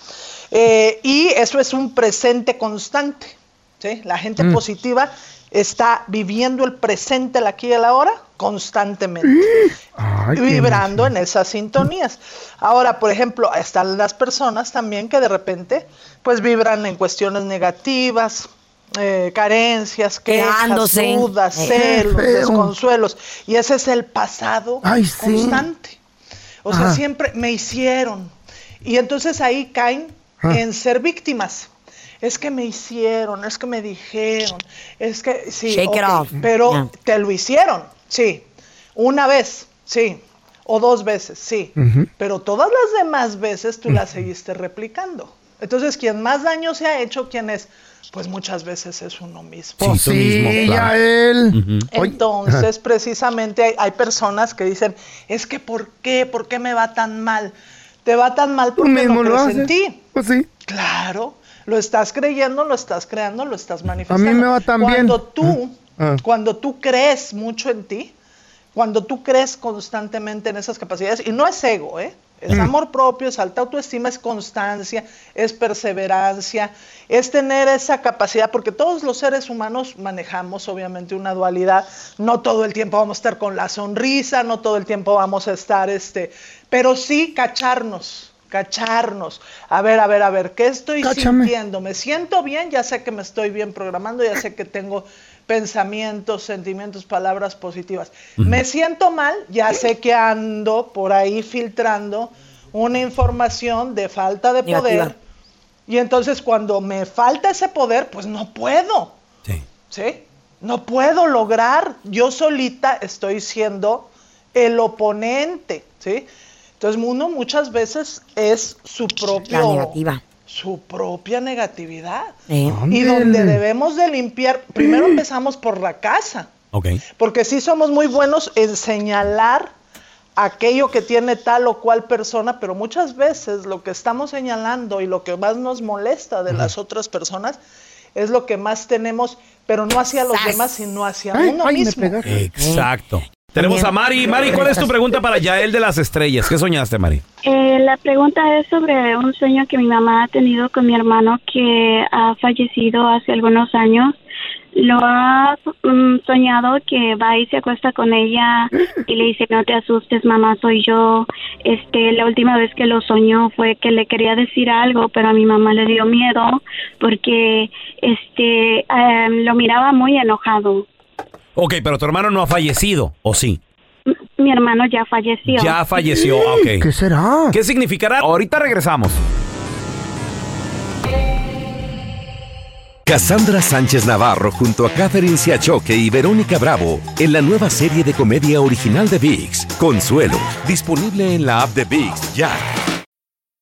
Eh, y eso es un presente constante. ¿sí? La gente
Mm.
positiva está viviendo el presente, el aquí y el ahora, constantemente
Mm.
vibrando en esas sintonías. Ahora, por ejemplo, están las personas también que de repente pues vibran en cuestiones negativas, eh, carencias, quejas,
Quedándose.
dudas,
Eh.
celos,
Qué feo.
desconsuelos. Y ese es el pasado
Ay, sí.
constante. O sea,
Ajá.
siempre me hicieron. Y entonces ahí caen
Ah.
Ajá.
en ser víctimas. Es que me hicieron, es que me dijeron, es que sí,
Shake it
ok,
off.
pero
Yeah.
te lo hicieron, sí, una vez, sí, o dos veces, sí,
Ujú.
pero todas las demás veces tú las seguiste replicando. Entonces, quien más daño se ha hecho, ¿quién es? Pues muchas veces es uno mismo.
Pues sí, Yael.
Entonces, precisamente hay, hay personas que dicen, es que ¿por qué? ¿Por qué me va tan mal? Te va tan mal porque no
mismo lo
crees en
haces.
ti.
Pues sí.
Claro, lo estás creyendo, lo estás creando, lo estás manifestando.
me va tan bien.
Cuando tú,
Ah.
cuando tú crees mucho en ti, cuando tú crees constantemente en esas capacidades, y no es ego, ¿eh? Es amor propio, es alta autoestima, es constancia, es perseverancia, es tener esa capacidad, porque todos los seres humanos manejamos obviamente una dualidad. No todo el tiempo vamos a estar con la sonrisa, no todo el tiempo vamos a estar, este, pero sí cacharnos, cacharnos. A ver, a ver, a ver, ¿qué estoy
Cáchame.
sintiendo? ¿Me siento bien? Ya sé que me estoy bien programando, ya sé que tengo pensamientos, sentimientos, palabras positivas. Me siento mal, ya sé que ando por ahí filtrando una información de falta de poder.
Negativa.
Y entonces cuando me falta ese poder, pues no puedo. Sí. No puedo lograr. Yo solita estoy siendo el oponente. ¿Sí? Entonces uno muchas veces es su
La
propio
negativa.
su propia negatividad.
Eh.
Y donde debemos de limpiar, primero empezamos por la casa,
Ok.
porque sí somos muy buenos en señalar aquello que tiene tal o cual persona, pero muchas veces lo que estamos señalando y lo que más nos molesta de las otras personas es lo que más tenemos, pero no hacia los demás, sino hacia
Ay,
uno
ay, me
mismo.
Exacto. Eh, Tenemos a Mari. Mari, ¿cuál es tu pregunta para Yael de las Estrellas? ¿Qué soñaste, Mari?
Eh, la pregunta es sobre un sueño que mi mamá ha tenido con mi hermano que ha fallecido hace algunos años. Lo ha mm, soñado que va y se acuesta con ella y le dice no te asustes mamá soy yo. Este la última vez que lo soñó fue que le quería decir algo pero a mi mamá le dio miedo porque este eh, lo miraba muy enojado.
Ok, pero tu hermano no ha fallecido, ¿o sí?
Mi hermano ya falleció.
Ya falleció, ok. ¿Qué
será?
¿Qué significará? Ahorita regresamos.
Eh. Cassandra Sánchez Navarro junto a Catherine Siachoque y Verónica Bravo en la nueva serie de comedia original de VIX, Consuelo, disponible en la app de VIX ya.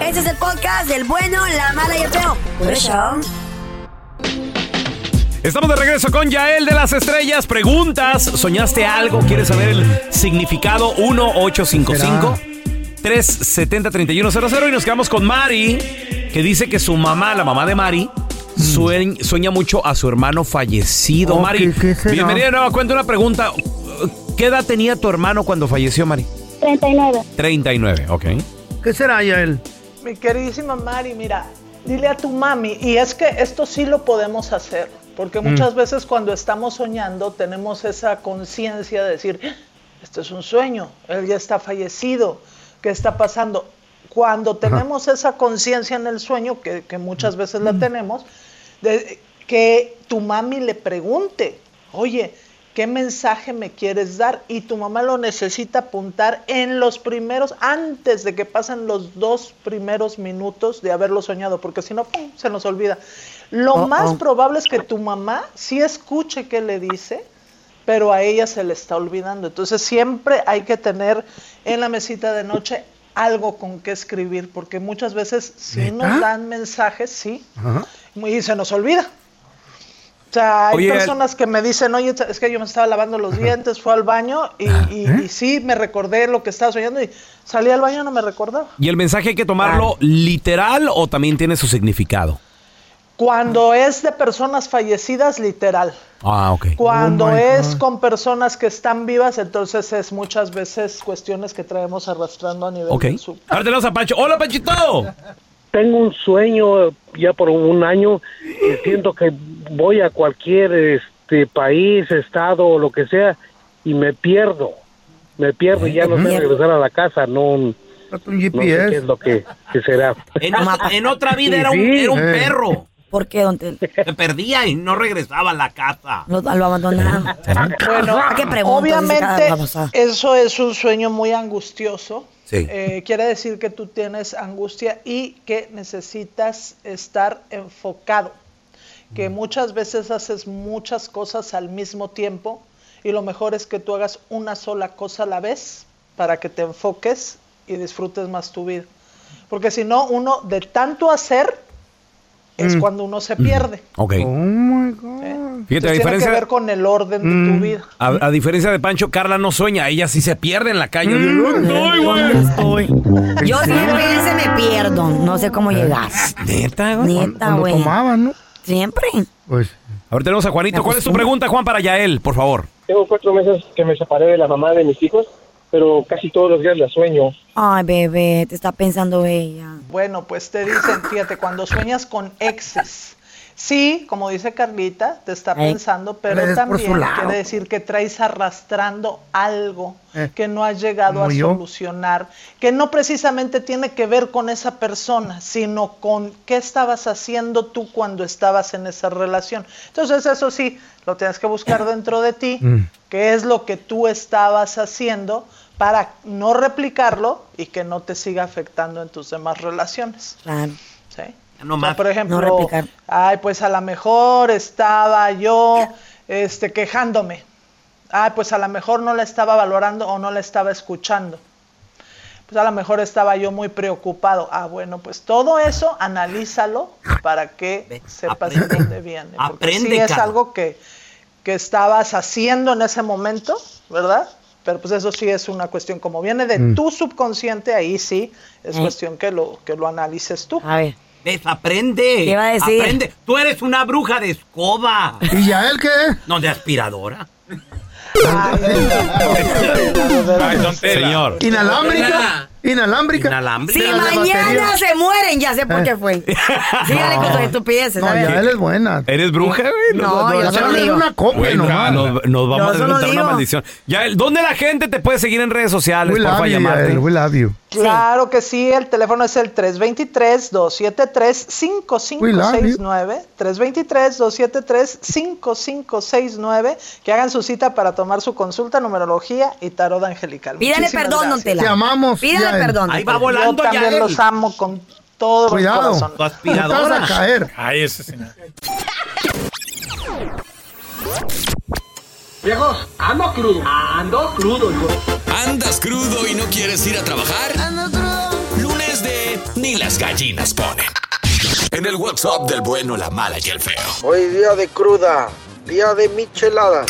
Este es el podcast del bueno, la mala y el feo. Por eso.
Estamos de regreso con Yael de las Estrellas. Preguntas, ¿soñaste algo? ¿Quieres saber el significado? 1-855-370-3100. Y nos quedamos con Mari, que dice que su mamá, la mamá de Mari, sueñ- sueña mucho a su hermano fallecido.
Ok,
Mari,
¿qué será?
bienvenida no, cuenta una pregunta. ¿Qué edad tenía tu hermano cuando falleció, Mari?
39.
39, ok.
¿Qué será, Yael?
Mi queridísima Mari, mira, dile a tu mami, y es que esto sí lo podemos hacer, porque
Mm.
muchas veces cuando estamos soñando tenemos esa conciencia de decir, "Ah, esto es un sueño, él ya está fallecido, ¿qué está pasando? Cuando tenemos esa conciencia en el sueño, que, que muchas veces la tenemos, de- que tu mami le pregunte, oye, ¿qué mensaje me quieres dar? Y tu mamá lo necesita apuntar en los primeros, antes de que pasen los dos primeros minutos de haberlo soñado, porque si no, ¡pum!, se nos olvida. Lo
Oh,
más
oh.
probable es que tu mamá sí escuche qué le dice, pero a ella se le está olvidando. Entonces siempre hay que tener en la mesita de noche algo con qué escribir, porque muchas veces si nos dan mensajes, sí, y se nos olvida. O sea, hay
Oye,
personas que me dicen, oye, es que yo me estaba lavando los dientes, fue al baño y, y- y sí, me recordé lo que estaba soñando y salí al baño y no me recordaba.
¿Y el mensaje hay que
Ah.
tomarlo literal o también tiene su significado?
Cuando es de personas fallecidas, literal.
Ah, ok.
Cuando
Oh, my
es
God.
con personas que están vivas, entonces es muchas veces cuestiones que traemos arrastrando a nivel
Ok.
del sub.
Ahora tenemos a Pancho. ¡Hola, Panchito!
Tengo un sueño eh, ya por un año y siento que voy a cualquier este país, estado o lo que sea y me pierdo. Me pierdo y ya no sé regresar a la casa. No, no sé
GPS.
qué es lo que, que será.
En, o- en otra vida era un,
Sí.
era un
Eh.
perro.
¿Por qué, don Tel?
Se perdía y no regresaba a la casa.
Lo, lo abandonaba.
Bueno,
¿Para Ah, qué pregunto? Dice cada
obviamente
babosada.
eso es un sueño muy angustioso.
Sí.
Eh, quiere decir que tú tienes angustia y que necesitas estar enfocado.
Mm.
Que muchas veces haces muchas cosas al mismo tiempo y lo mejor es que tú hagas una sola cosa a la vez para que te enfoques y disfrutes más tu vida. Porque si no, uno de tanto hacer es
Mm.
cuando uno se pierde. ¿eh?
Ok. Fíjate, a
Entonces, tiene que ver
diferencia, Mm.
con el orden de tu vida.
a, a diferencia de Pancho, Carla no sueña. Ella sí se pierde en la calle.
estoy,
güey?
Yo siempre se me pierdo. No sé cómo llegas.
Neta,
güey. Neta, güey.
tomaban, ¿no?
Siempre.
Pues.
Ahora tenemos a Juanito. ¿Cuál es tu pregunta, Juan, para Yael, por favor?
Tengo cuatro meses que me separé de la mamá de mis hijos, pero casi todos los días la sueño.
Ay, bebé, te está pensando ella.
Bueno, pues te dicen, fíjate, cuando sueñas con exes, sí, como dice Carlita, te está
Ay,
pensando,
le
pero
des por su
también
lado.
quiere decir que traes arrastrando algo
Eh,
que no has llegado a
como yo.
solucionar, que no precisamente tiene que ver con esa persona, sino con qué estabas haciendo tú cuando estabas en esa relación. Entonces, eso sí, lo tienes que buscar dentro de ti
Mm.
qué es lo que tú estabas haciendo para no replicarlo y que no te siga afectando en tus demás relaciones.
Claro.
¿sí?
No
O sea,
más.
por ejemplo,
No replicar.
ay, pues a lo mejor estaba yo este, quejándome. Ay, pues a lo mejor no la estaba valorando o no la estaba escuchando. Pues a lo mejor estaba yo muy preocupado. Ah, bueno, pues todo eso analízalo para que sepas de dónde viene. Porque
Aprende,
sí es
Carla.
algo que, que estabas haciendo en ese momento, ¿verdad? Pero pues eso sí es una cuestión, como viene de
Mm.
tu subconsciente, ahí sí es
Mm.
cuestión que lo, que lo analices tú.
Desaprende.
¿Qué iba a decir?
Aprende. Tú eres una bruja de escoba.
¿Y ya él qué?
No, de aspiradora.
Señor.
Inalámbrica. Inalámbrica.
Inalámbrica.
Si mañana se mueren, ya sé por qué fue. Síganle con sus estupideces,
No,
¿sabes?
ya él es buena.
¿Eres bruja, güey?
No, yo solo
Dale
digo.
una copia
Güey,
nomás.
Nos, nos
Yo
vamos a
solo
levantar una
digo.
maldición. Yael, ¿dónde la gente te puede seguir en redes sociales?
We love
Porfa,
you,
llamarte.
Yael, we love you.
Claro que sí, el teléfono es el 323-273-5569. 323-273-5569. Que hagan su cita para tomar su consulta, numerología y tarot angelical.
Pídale
Muchísimas
perdón, don
gracias.
Tela. Te amamos, Pídale Yael. perdón,
Ahí don va Tela. volando
Yo también
Yael.
los amo con todo mi corazón.
Tu aspiradora.
Te vas a caer.
Ay, ese señor.
Viejos, ando crudo. Ando crudo, hijo.
¿Andas crudo y no quieres ir a trabajar? Lunes de Ni las gallinas ponen. En el WhatsApp del bueno, la mala y el feo.
Hoy día de cruda, día de michelada,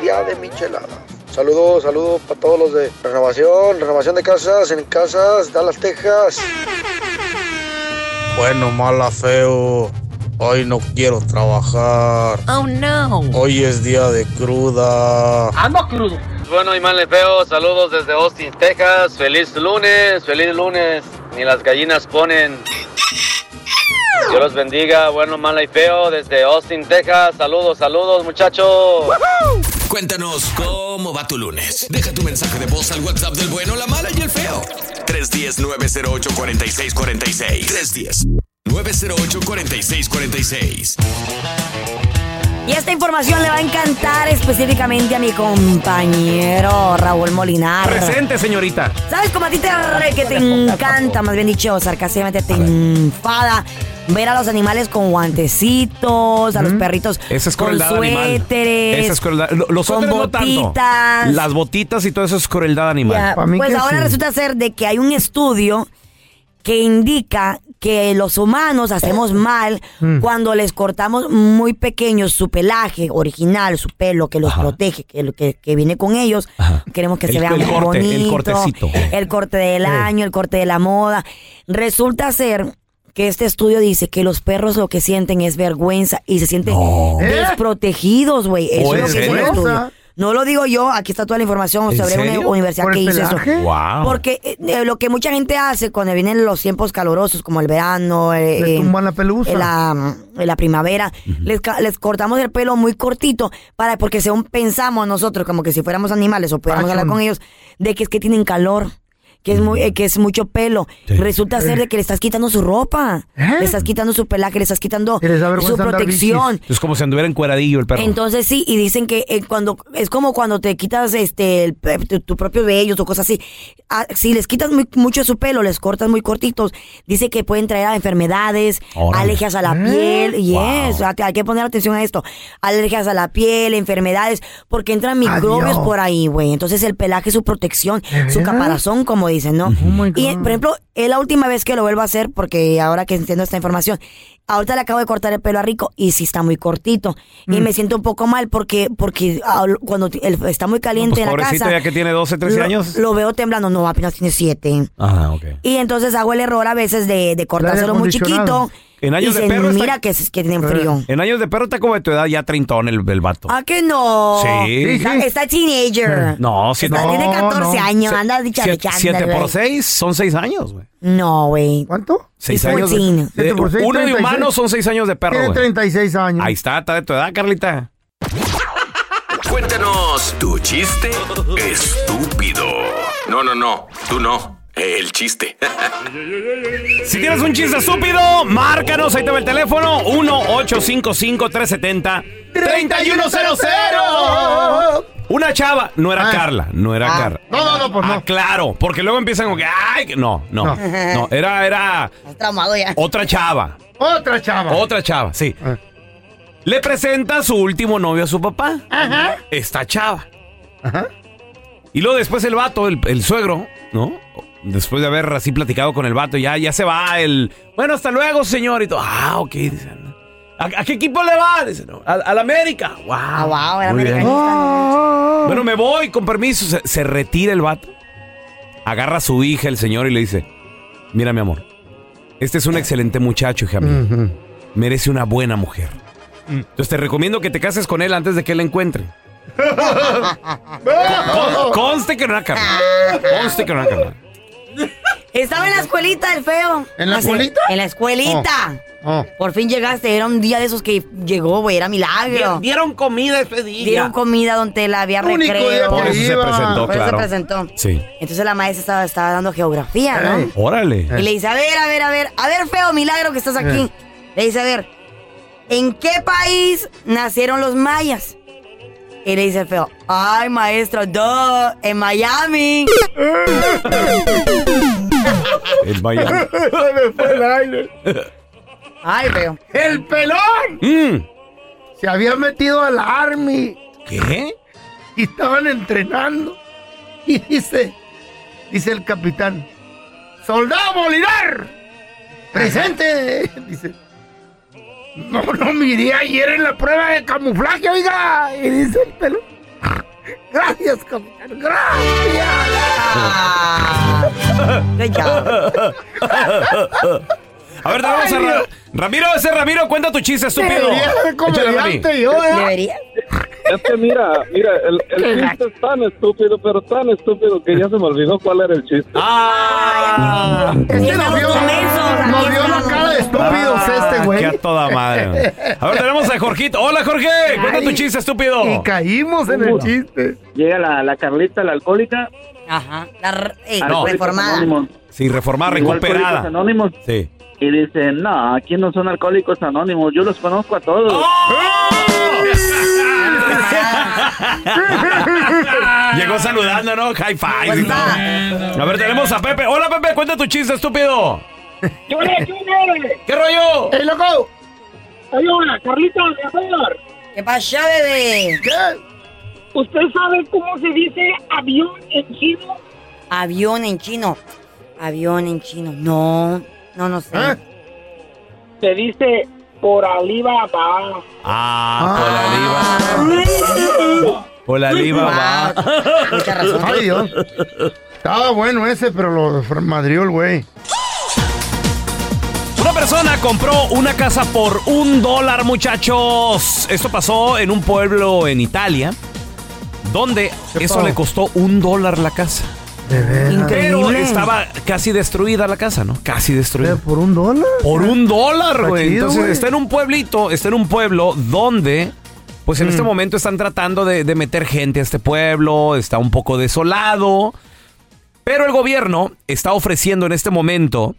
día de michelada. Saludos, saludos para todos los de renovación, renovación de casas, en casas, Dallas, Texas.
Bueno, mala, feo. Hoy no quiero trabajar.
Ah.
Oh no.
Hoy es día de cruda.
Ando crudo.
Bueno, y mal les veo. Saludos desde Austin, Texas. Feliz lunes, feliz lunes. Ni las gallinas ponen. Dios los bendiga. Bueno, mala y feo desde Austin, Texas. Saludos, saludos, muchachos.
Cuéntanos cómo va tu lunes. Deja tu mensaje de voz al WhatsApp del bueno, la mala y el feo. 310-908-4646. 310-908-4646.
Y esta información le va a encantar específicamente a mi compañero Raúl Molinar.
Presente, Ah, señorita.
¿Sabes cómo a ti te re- que te encanta, más bien dicho, sarcásticamente te enfada ver a los animales con guantecitos, a los perritos
Esa es
con
crueldad animal.
suéteres,
Esa es crueldad. Lo- Los
con
otros no tanto.
botitas.
Las botitas y todo eso es crueldad animal.
Ya, pues ahora resulta ser de que hay un estudio que indica que los humanos hacemos mal
Mm.
cuando les cortamos muy pequeños su pelaje original, su pelo que los protege, que, lo que, que viene con ellos. Queremos que
El-
se vean
el corte, el
bonito,
cortecito.
el corte del
Eh.
año, el corte de la moda. Resulta ser que este estudio dice que los perros lo que sienten es vergüenza y se sienten desprotegidos, güey. Eso
¿O en
es lo que dice el
serio?
estudio. No lo digo yo, aquí está toda la información
¿En
sobre una
serio?
universidad
¿Por
que
el
hizo eso.
pelaje? Wow.
Porque eh, eh, lo que mucha gente hace cuando vienen los tiempos calurosos, como el verano, eh,
Le
eh,
tumban la pelusa.
eh, la, eh, la primavera, les, ca- les cortamos el pelo muy cortito para porque según pensamos nosotros, como que si fuéramos animales o pudiéramos
Fashion.
hablar
mm.
con ellos, de que es que tienen calor. Que es, muy, eh, que es mucho pelo. Resulta ser
Eh.
de que le estás quitando su ropa. Le estás quitando su pelaje, le estás quitando su protección.
Es como si anduviera encueradillo el perro.
Entonces sí, y dicen que eh, cuando es como cuando te quitas este el pe- tu, tu propio vello o cosas así. Ah, si les quitas muy- mucho su pelo, les cortas muy cortitos, dice que pueden traer a enfermedades,
Órale.
alergias a la
¿Eh?
piel, y
Wow.
eso, hay que- hay que poner atención a esto. Alergias a la piel, enfermedades, porque entran microbios
Adiós.
por ahí, güey. Entonces el pelaje es su protección, su
veras?
caparazón, como dicen, ¿no?
Oh
y eh, por ejemplo, es la última vez que lo vuelvo a hacer porque ahora que entiendo esta información, ahorita le acabo de cortar el pelo a Rico y sí está muy cortito y
Mm.
me siento un poco mal porque porque ah, cuando t- el- está muy
Pues,
caliente en la
pobrecito,
casa.
ya que tiene 12, 13
lo-
años.
Lo veo temblando, no, apenas tiene 7.
Ah, ok.
Y entonces hago el error a veces de, de cortárselo muy chiquito.
En años
y
de
se
perro
mira
está- Eh.
que, es- que tienen frío.
En años de perro está como de tu edad ya treintón el, el vato.
¿Ah, que no?
Sí. Eh.
Está, está teenager.
No, siete.
Está- tiene 14 años,
Se-
anda dicha de
siete- siete por
güey.
6 son 6 años, güey.
No, güey. ¿Cuánto?
6 años. de- de-
Siete por seis,
uno de
36.
humano son 6 años de perro,
Tiene
güey.
36 años.
Ahí está, está de tu edad, Carlita.
Cuéntanos tu chiste estúpido. No, no, no, tú no. El chiste.
Si tienes un chiste estúpido, márcanos, ahí te va el teléfono, 1-855-370-3100. Una chava, no era Carla, no era
Ah,
Carla.
no, no, no, pues no.
Ah, claro, porque luego empiezan como que, ay, que- no, no,
No.
no, era, era
Traumado ya.
otra chava,
Otra chava. Ah.
otra chava, sí. Le presenta a su último novio a su papá,
Ajá.
esta chava. Y luego después el vato, el, el suegro, ¿no? Después de haber así platicado con el vato, ya, ya se va el. Bueno, hasta luego, señor. Y todo. Ah, ok. Dicen. ¿A, a qué equipo le va? Dicen, "No, a- al América. Wow.
wow, era
Muy bien.
americanista.
Bueno, me voy, con permiso. Se, se retira el vato. Agarra a su hija, el señor, y le dice: Mira, mi amor, este es un excelente muchacho, hija mía. Merece una buena mujer. Entonces te recomiendo que te cases con él antes de que él la encuentre.
Oh.
Con- conste que no era carnal. Conste que no era carnal.
Estaba en la escuelita el feo.
¿En la
Hace-
escuelita? Oh,
En la escuelita. Por fin llegaste, era un día de esos que llegó, güey, era milagro.
Dieron- dieron comida ese día.
Dieron comida donde la había
Único día
recreo.
que Por
eso se iba. presentó,
Por eso
claro.
se presentó.
Sí.
Entonces la maestra estaba, estaba dando geografía, ¿no?
Órale.
Y le
Eh.
dice, a ver, a ver, a ver, a ver, feo, milagro que estás aquí. Le dice, a ver, ¿en qué país nacieron los mayas? Y le dice el feo, ay, maestro, duh, en Miami.
El Eh, vaya.
Me fue el aire.
Ay, feo.
¡El pelón! Se había metido al army.
¿Qué?
Y estaban entrenando. Y dice, dice el capitán, ¡Soldado Bolivar! ¡Presente! Dice, no, no miré ayer en la prueba de camuflaje, oiga. Y dice el pelón, gracias, capitán, gracias.
A ver, vamos a
Ay,
Ra- Ramiro, ese Ramiro, cuenta tu chiste, estúpido.
Debería ser
Échale, Rami.
comediante yo, ¿eh? Debería.
Es que mira, mira, el, el chiste es tan estúpido, pero tan estúpido que ya se me olvidó cuál era el chiste.
¡Ah!
Este nos vio, nos vio la cara de estúpidos este, güey.
Ah, Qué a toda madre. A ver, tenemos a Jorgito. Hola, Jorge. Cuenta tu chiste, estúpido.
Y caímos en el
¿Cómo?
chiste.
Llega la, la Carlita, la alcohólica.
Ajá. La re- eh,
No.
reformada.
Anónimo.
Sí, reformada,
Igual Alcohólicos
recuperada.
Anónimos.
Sí.
Y dice, no, aquí no son alcohólicos anónimos, yo los conozco a todos.
Llegó saludando, ¿no? High five. y todo. A ver, tenemos a Pepe. Hola, Pepe, cuenta tu chiste, estúpido.
¿Qué rollo?
¡Ey, loco!
Ayúdame, Carlita, mi amor.
¿Qué pasó, bebé?
¿Usted sabe cómo se dice avión en chino?
Avión en chino. Avión en chino. No, no, no sé.
¿Eh?
Se dice por arriba va.
Ah, por la liva. Por la liva, va.
Mucha
razón. Ay, Dios. Estaba bueno ese, pero lo madrió el güey.
Una persona compró una casa por un dólar, muchachos. Esto pasó en un pueblo en Italia. donde
¿Qué
eso
pasó?
le costó un dólar la casa. Pero
Increíble.
estaba casi destruida la casa, ¿no? Casi destruida.
¿Por un dólar?
Por un dólar,
Está
güey.
chido,
Entonces
güey.
está en un pueblito, está en un pueblo donde, pues en
Mm.
este momento están tratando de, de meter gente a este pueblo, está un poco desolado. Pero el gobierno está ofreciendo en este momento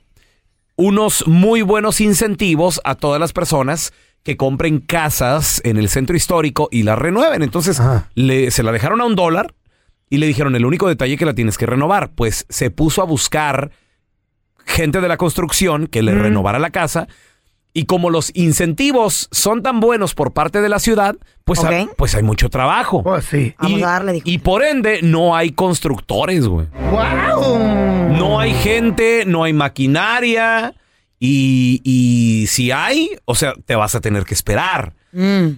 unos muy buenos incentivos a todas las personas que compren casas en el centro histórico y las renueven. Entonces le- se la dejaron a un dólar y le dijeron el único detalle que la tienes que renovar. Pues se puso a buscar gente de la construcción que le renovara la casa. Y como los incentivos son tan buenos por parte de la ciudad, pues, ha-
Ok.
pues hay mucho trabajo.
Vamos
y,
a darle, dijo.
y por ende, no hay constructores, güey. No hay gente, no hay maquinaria. Y, y si hay, o sea, te vas a tener que esperar.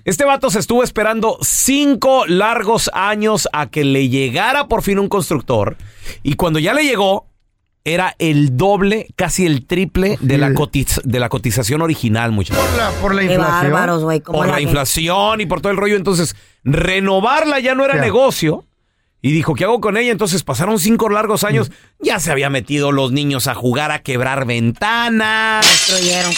Este vato se estuvo esperando cinco largos años a que le llegara por fin un constructor. Y cuando ya le llegó, era el doble, casi el triple de la, cotiz- de la cotización original, muchachos.
Por la
Qué
inflación.
bárbaros, güey. ¿cómo
Por la
gente-
inflación y por todo el rollo. Entonces, renovarla ya no era
Ya.
negocio. Y dijo, ¿qué hago con ella? Entonces pasaron cinco largos años. Ya se había metido los niños a jugar, a quebrar ventanas.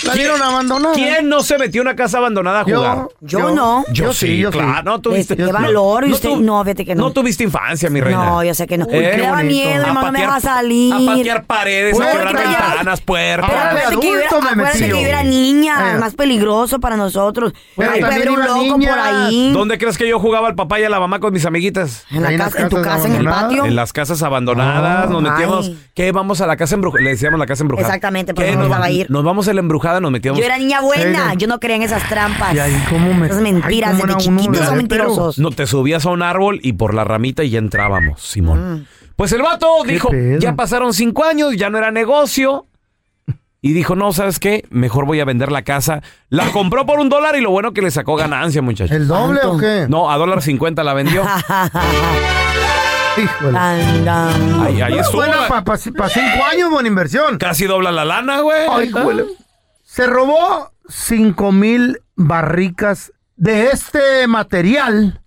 La dieron abandonada.
¿Quién no se metió a una casa abandonada a
Yo,
jugar?
yo Yo. no.
Yo,
Yo
sí,
sí, yo sí.
claro. No, tuviste,
Este, Qué valor, y
no
usted.
tu-
No, fíjate que no.
no tuviste infancia, mi reina.
No, yo sé que no.
Uy,
Me
qué
daba
bonito.
miedo,
A
mamá, no me
patear-
dejaba salir.
A patear paredes, a quebrar
Puertas.
ventanas, puertas.
Pero acuérdate que, hubiera, acuérdate que hubiera niña,
Eh.
más peligroso para nosotros.
Pero
Ahí puede
también
haber un
una
loco
niña.
por ahí.
¿Dónde crees que yo jugaba al papá y a la mamá con mis amiguitas?
En la Ahí en casa- las en tu casas casa, en el abandonadas. patio.
En las casas abandonadas, nos
Ay.
metíamos. ¿Qué? Vamos a la casa embrujada. Le decíamos la casa embrujada.
Exactamente, porque
¿Qué?
no me
Nos,
gustaba ir.
nos vamos a la embrujada, nos metíamos.
Yo era niña buena, yo no creía en esas trampas. Esas mentiras, desde chiquitos son mentirosos.
No, te subías a un árbol y por la ramita y ya entrábamos, Simón.
Mm.
Pues el vato dijo, ya pasaron cinco años, ya no era negocio. Y dijo, no, ¿sabes qué? Mejor voy a vender la casa. La compró por un dólar y lo bueno que le sacó ganancia, muchachos.
¿El doble o qué?
No, a dólar cincuenta la vendió. Ahí, ahí
No,
estuvo.
Bueno, para cinco años, buena inversión.
Casi dobla la lana, güey.
Ay, güey. Se robó cinco mil barricas de este material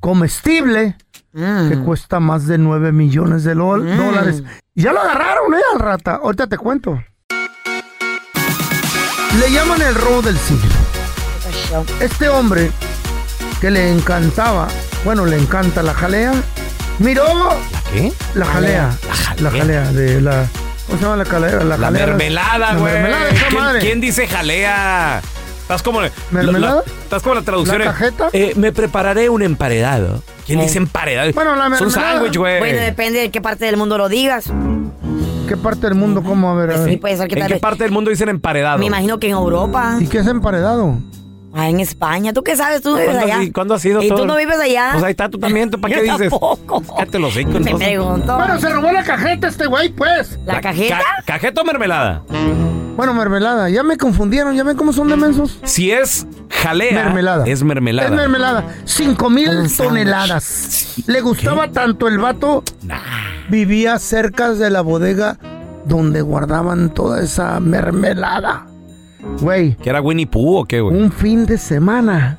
comestible que cuesta más de 9 millones de lo- dólares. Y ya lo agarraron, ¿eh? Al rata. Ahorita te cuento. Le llaman el robo del siglo. Este hombre que le encantaba, bueno, le encanta la jalea, miró.
¿Qué?
La jalea. La jalea de la. ¿Cómo se llama la jalea? La,
La
jalea-
mermelada,
la
güey.
mermelada, esa
¿Quién,
madre.
quién dice jalea? Estás como. la-
¿Mermelada?
la- estás como la traducción.
¿La Oh.
eh. Eh, me prepararé un emparedado. ¿Quién
Eh.
dice emparedado?
Bueno,
Es un sándwich, güey.
Bueno, depende de qué parte del mundo lo digas. Pues
¿Qué parte del mundo? ¿Cómo? A ver, a ver.
Sí, puede ser que
¿En
tal
qué
vez.
parte del mundo dicen emparedado?
Me imagino que en Europa.
¿Y qué es emparedado?
Ah, en España. ¿Tú qué sabes? Tú no vives
¿Cuándo,
allá.
has- cuándo has ido
¿Y
todo?
tú no vives allá?
Pues ahí está tú también. ¿tú ¿Para
Yo
qué dices?
tampoco.
Cállate los hijos,
Me
entonces.
pregunto.
Bueno, se robó la cajeta este güey, pues.
¿La
ca- ¿Cajeta o mermelada?
Bueno, mermelada. Ya me confundieron. Ya ven cómo son de mensos.
Si es jalea,
Mermelada.
es mermelada.
Es mermelada. Cinco mil toneladas. Le gustaba tanto el vato. Vivía cerca de la bodega donde guardaban toda esa mermelada. Güey,
¿Que era Winnie Pooh o qué, güey?
un fin de semana.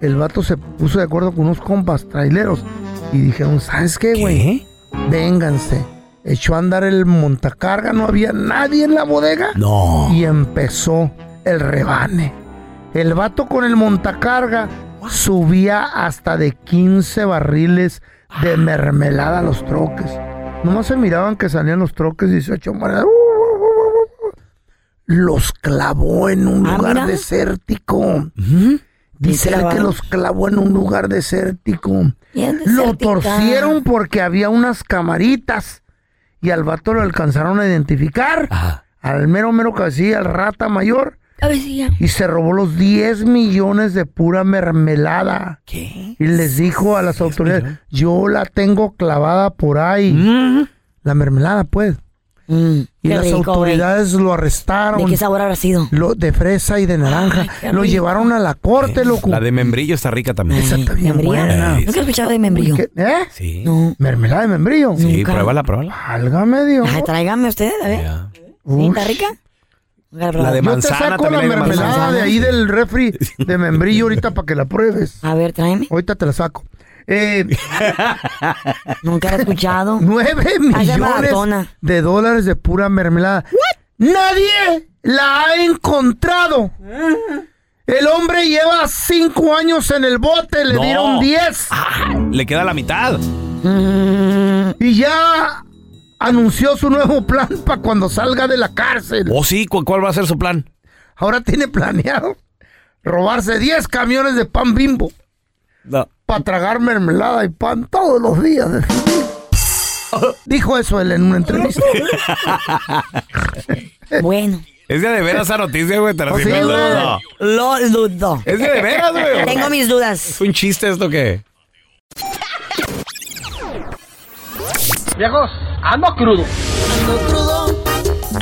El vato se puso de acuerdo con unos compas traileros y dijeron, ¿sabes qué, güey? Vénganse. Echó a andar el montacarga, no había nadie en la bodega.
No.
Y empezó el rebane. El vato con el montacarga subía hasta de 15 barriles de mermelada a los troques. Nomás se miraban que salían los troques 18 monedas. Los clavó en un lugar
Ah, mira.
desértico. Dice él que
clavaron.
los clavó en un lugar desértico. Lo torcieron porque había unas camaritas y al vato lo alcanzaron a identificar. Al mero mero casilla, al rata mayor. Y se robó los 10 millones de pura mermelada. Y les dijo a las autoridades, yo la tengo clavada por ahí. La mermelada, pues. Y
Mm. qué
las
rico,
autoridades lo arrestaron.
¿De qué sabor habrá sido?
Lo, de fresa y de naranja.
qué
lo
rico.
llevaron a la corte, loco.
La de membrillo está rica también.
¿Membrillo?
buena.
¿Nunca he escuchado de membrillo?
¿Eh?
Sí.
¿Mermelada de membrillo?
Sí, pruébala, pruébala.
Álgame, Dios.
Ay, tráigame ustedes, a ver. ¿Sí, ¿Está rica?
La de manzana
Yo te saco
también
la
hay de
mermelada
manzana.
de ahí del refri de membrillo ahorita para que la pruebes.
A ver, tráeme.
Ahorita te la saco. Nunca he escuchado. Nueve
Hace
millones
maratona.
de dólares de pura mermelada. Nadie la ha encontrado. El hombre lleva cinco años en el bote, le
No. Ah,
dieron diez.
Le queda la mitad.
Y ya anunció su nuevo plan para cuando salga de la cárcel.
¿O Oh, sí? ¿Cu- ¿Cuál va a ser su plan?
Ahora tiene planeado robarse 10 camiones de pan bimbo. Para tragar mermelada y pan todos los días. Dijo eso él en una entrevista.
Bueno.
Es que de veras esa noticia, güey, te la
Pues Sí,
sí, no,
güey.
no.
Lo dudo.
Es que de veras, güey.
Tengo mis dudas.
¿Es un chiste esto que?
Viejos, ando crudo. Ando crudo.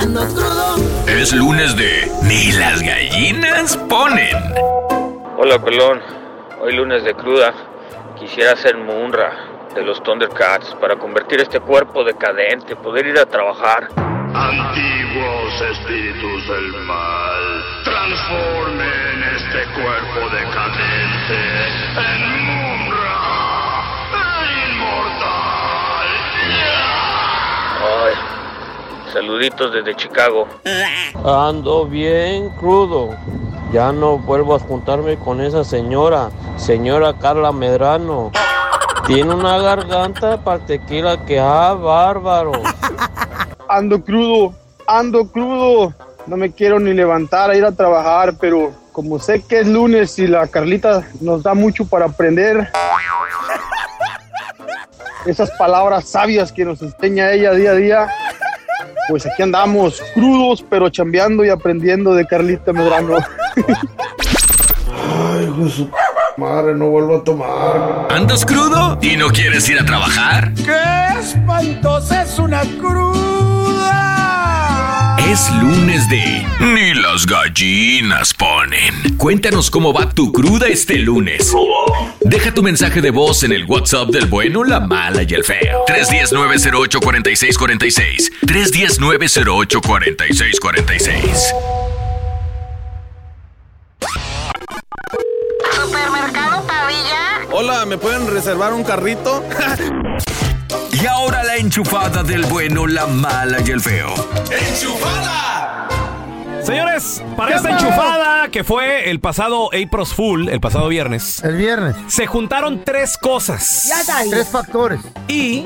Ando crudo.
Es lunes de Ni las gallinas ponen.
Hola, pelón. Hoy lunes de cruda. Quisiera ser Munra de los Thundercats para convertir este cuerpo decadente, poder ir a trabajar.
Antiguos espíritus del mal, transformen este cuerpo decadente en
Ay, saluditos desde Chicago.
Ando bien crudo. Ya no vuelvo a juntarme con esa señora, señora Carla Medrano. Tiene una garganta para tequila que ah, bárbaro.
Ando crudo, ando crudo. No me quiero ni levantar a ir a trabajar, pero como sé que es lunes y la Carlita nos da mucho para aprender, esas palabras sabias que nos enseña ella día a día, pues aquí andamos, crudos, pero chambeando y aprendiendo de Carlita Medrano.
Ay, hijo de su madre, no vuelvo a tomar.
¿Andas crudo y no quieres ir a trabajar?
¡Qué espantoso es una cruda!
Es lunes de Ni las gallinas ponen. Cuéntanos cómo va tu cruda este lunes. Deja tu mensaje de voz en el WhatsApp del bueno, la mala y el feo. 319-08-4646. 319-08-4646.
Supermercado Pavilla.
Hola, ¿me pueden reservar un carrito?
Y ahora la enchufada del bueno, la mala y el feo.
Señores, para
¿Qué
esta
pasó?
enchufada que fue el pasado April's Fool, el pasado viernes.
El viernes.
Se juntaron tres cosas.
Ya está ahí.
Tres factores.
Y,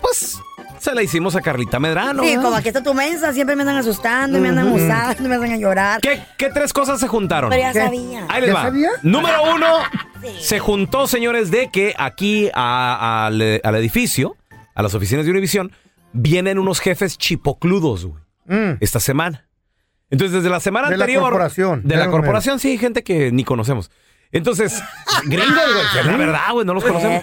pues, se la hicimos a Carlita Medrano.
sí,
¿eh?
como aquí está tu mensa, siempre me andan asustando, me andan
Ujú.
abusando, me andan a llorar.
¿Qué, qué tres cosas se juntaron?
Pero ya ¿Qué? sabía. Ah,
Ahí les
¿Ya
va.
sabía?
Número uno, se juntó, señores, de que aquí a- al, al edificio, a las oficinas de Univisión, vienen unos jefes chipocludos, güey, esta semana. Entonces, desde la semana
Mm. De la
anterior.
corporación,
De la
mero,
corporación, sí, gente que ni conocemos. Entonces, gringos, güey, que la verdad, güey, no los
Eh.
conocemos.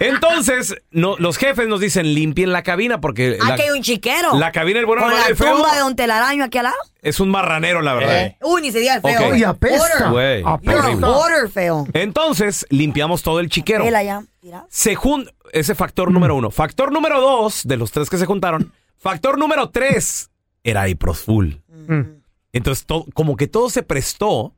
Entonces, no, los jefes nos dicen, limpien la cabina porque...
Ah,
Eh, la-
que hay un chiquero.
La cabina del bueno,
Con
la
la
mala y el feo.
tumba de Eh. Don Telaraño aquí al lado.
Es un marranero, la verdad.
Uy, ni se diga el feo.
Ok.
güey.
Y apesta.
Water.
Güey,
You're a
horrible.
water, feo.
Entonces, limpiamos todo el chiquero.
Él allá.
Se jun- Ese factor número uno. Factor número dos, de los tres que se juntaron. Factor número tres, era Iprosful. Entonces, to- como que todo se prestó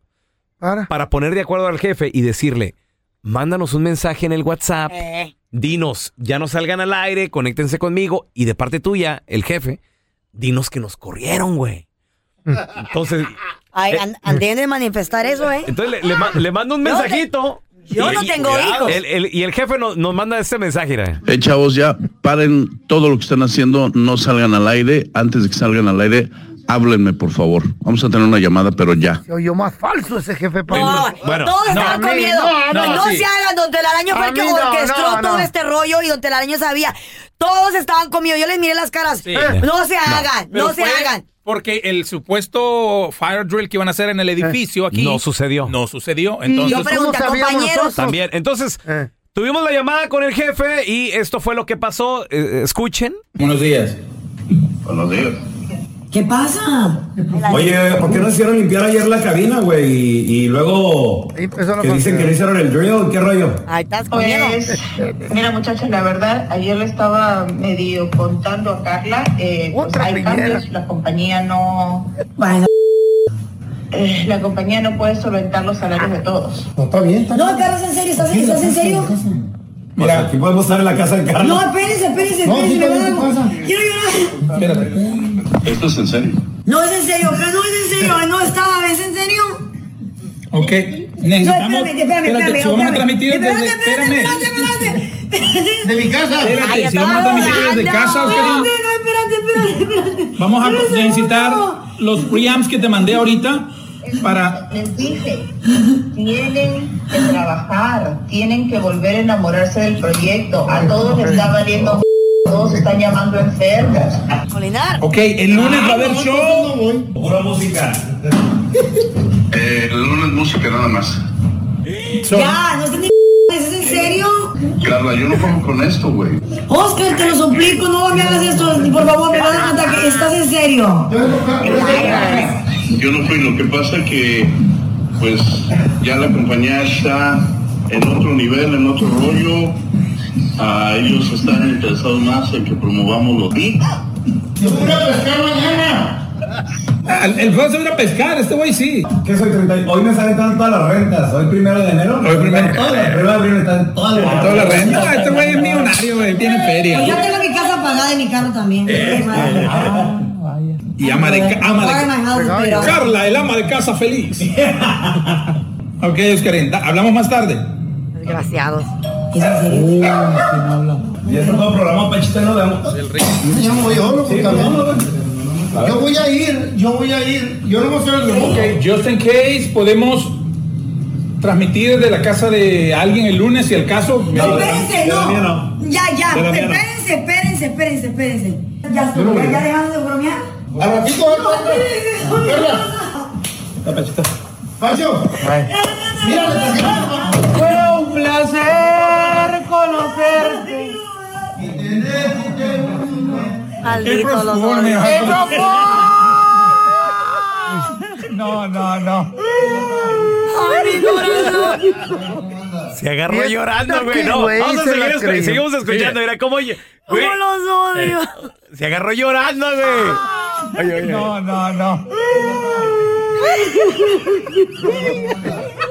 para.
poner de acuerdo al jefe y decirle, mándanos un mensaje en el WhatsApp,
Eh.
dinos, ya no salgan al aire, conéctense conmigo y de parte tuya, el jefe, dinos que nos corrieron, güey. Mm. Entonces,
Ay, and- anden de manifestar eso, ¿eh?
entonces le, le ma- le mando un
Yo te-
mensajito.
yo no tengo hijos.
El- el- y el jefe nos, nos manda este mensaje, mira.
Eh, chavos, ya paren todo lo que están haciendo, no salgan al aire. Antes de que salgan al aire, háblenme, por favor. Vamos a tener una llamada, pero ya.
Se oyó más falso ese jefe.
No, todos estaban con miedo. No, se hagan, don Telaraño fue
A
el que
mí no,
orquestó
no, no.
todo este rollo y don Telaraño sabía. Todos estaban con miedo. Yo les miré las caras.
Sí.
Eh, No se hagan, no,
Eh, Pero
se
fue
hagan.
Porque el supuesto fire drill que iban a hacer en el edificio aquí.
No sucedió.
No sucedió.
Y yo
Entonces,
pregunté, ¿Cómo sabíamos compañeros? nosotros? Eh.
También. Entonces, tuvimos la llamada con el jefe y esto fue lo que pasó. Eh, eh, escuchen.
Buenos días.
Buenos días.
¿Qué pasa?
Oye, ¿por qué no hicieron limpiar ayer la cabina, güey? Y, y luego
la
que dicen que no hicieron el drill, ¿qué rollo?
Ahí estás
con Pues, mira muchachos, la verdad, ayer le estaba medio contando a Carla, eh, pues hay cambios, la compañía no... Eh, la compañía
Ah.
no puede solventar los salarios de todos.
No, está bien,
Carlos, en serio, ¿estás en, serio?
Mira, aquí podemos estar en la casa de Carlos.
No, espérense, espérense,
No,
espérense.
quítale
me
tu
van a-
cosa.
Quiero llorar.
¿Esto es en serio?
No es en serio, Ojalá no es en serio. No estaba, ¿es en serio?
Ok, necesitamos...
espérame, espérame,
Espérate,
espérame,
si vamos a
espérame.
transmitir
Espérate,
desde... Espérame.
De mi casa.
Espérate, si vamos a transmitir desde casa,
no,
Oscarito.
espérate, no, espérate, espérate, espérate.
Vamos a
Espérate,
necesitar los preamps que te mandé ahorita para
Les dije, tienen que trabajar, tienen que volver a enamorarse del proyecto. A todos les está valiendo, todos están llamando enfermos.
Ok, el lunes va a haber
show.
Pura música.
el lunes música nada más.
Ya, no estén de ¿es en serio?
Carla, yo no como con esto, güey.
Oscar, te lo suplico, no me hagas esto, por favor, me das cuenta que estás en serio.
Yo no fui, lo que pasa que pues ya la compañía está en otro nivel, en otro rollo. Ah, ellos están interesados más en que promovamos los beats.
El, el juego se va a ir a pescar, este güey sí.
¿Qué soy 30? Hoy me salen todas todas las rentas. Hoy primero de enero. Hoy primero. Todas las primero de enero están todas las
Toda la renta. Ah, este güey es millonario, güey. Tiene
Pues yo
feria.
tengo mi casa pagada y mi carro
Eh,
también. Ah,
Y ama de, ca- ama de
Ay, my house is paid
ca-
off.
Carla, el ama de casa feliz. ok, Oscarín, da- hablamos más tarde.
Desgraciados.
Ya está todo programado, Pachita, no damos. El rey.
Yo voy solo, porque no. Yo voy a ir, yo voy a ir. Yo no voy a ser el
Ok,
de
just in case, podemos transmitir desde la casa de alguien el lunes si el caso.
No, espérense, no. Ya, ya,
De la mía no.
espérense, espérense, espérense, espérense. Ya
Yo no
estuvo,
voy a
ya,
ir.
ya dejamos de bromear.
A ratito,
No, espérense, no, no,
Carla.
no.
Pacho.
Fue un placer conocerte.
Maldito los dos.
Transforme,
No, no, no.
Ay, mi corazón.
Se agarró
Neta,
llorando, güey.
qué
No,
güey,
vamos a
se la
seguir escu-
creyó.
seguimos escuchando. Mira cómo. ll- güey,
¿Cómo los odio?
Eh.
Se agarró llorando,
Ah.
güey. Ay, ay, ay.
No, no, no.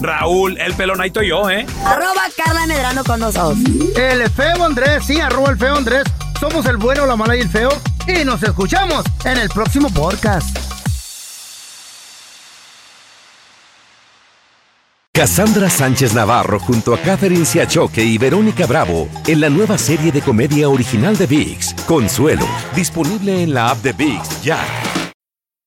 Raúl el Pelón, ahí estoy yo, ¿eh?
Arroba Carla Medrano con nosotros.
El feo Andrés, sí, arroba el feo Andrés. Somos el bueno, la mala y el feo. Y nos escuchamos en el próximo podcast.
Cassandra Sánchez Navarro junto a Catherine Siachoque y Verónica Bravo en la nueva serie de comedia original de VIX, Consuelo, disponible en la app de VIX ya.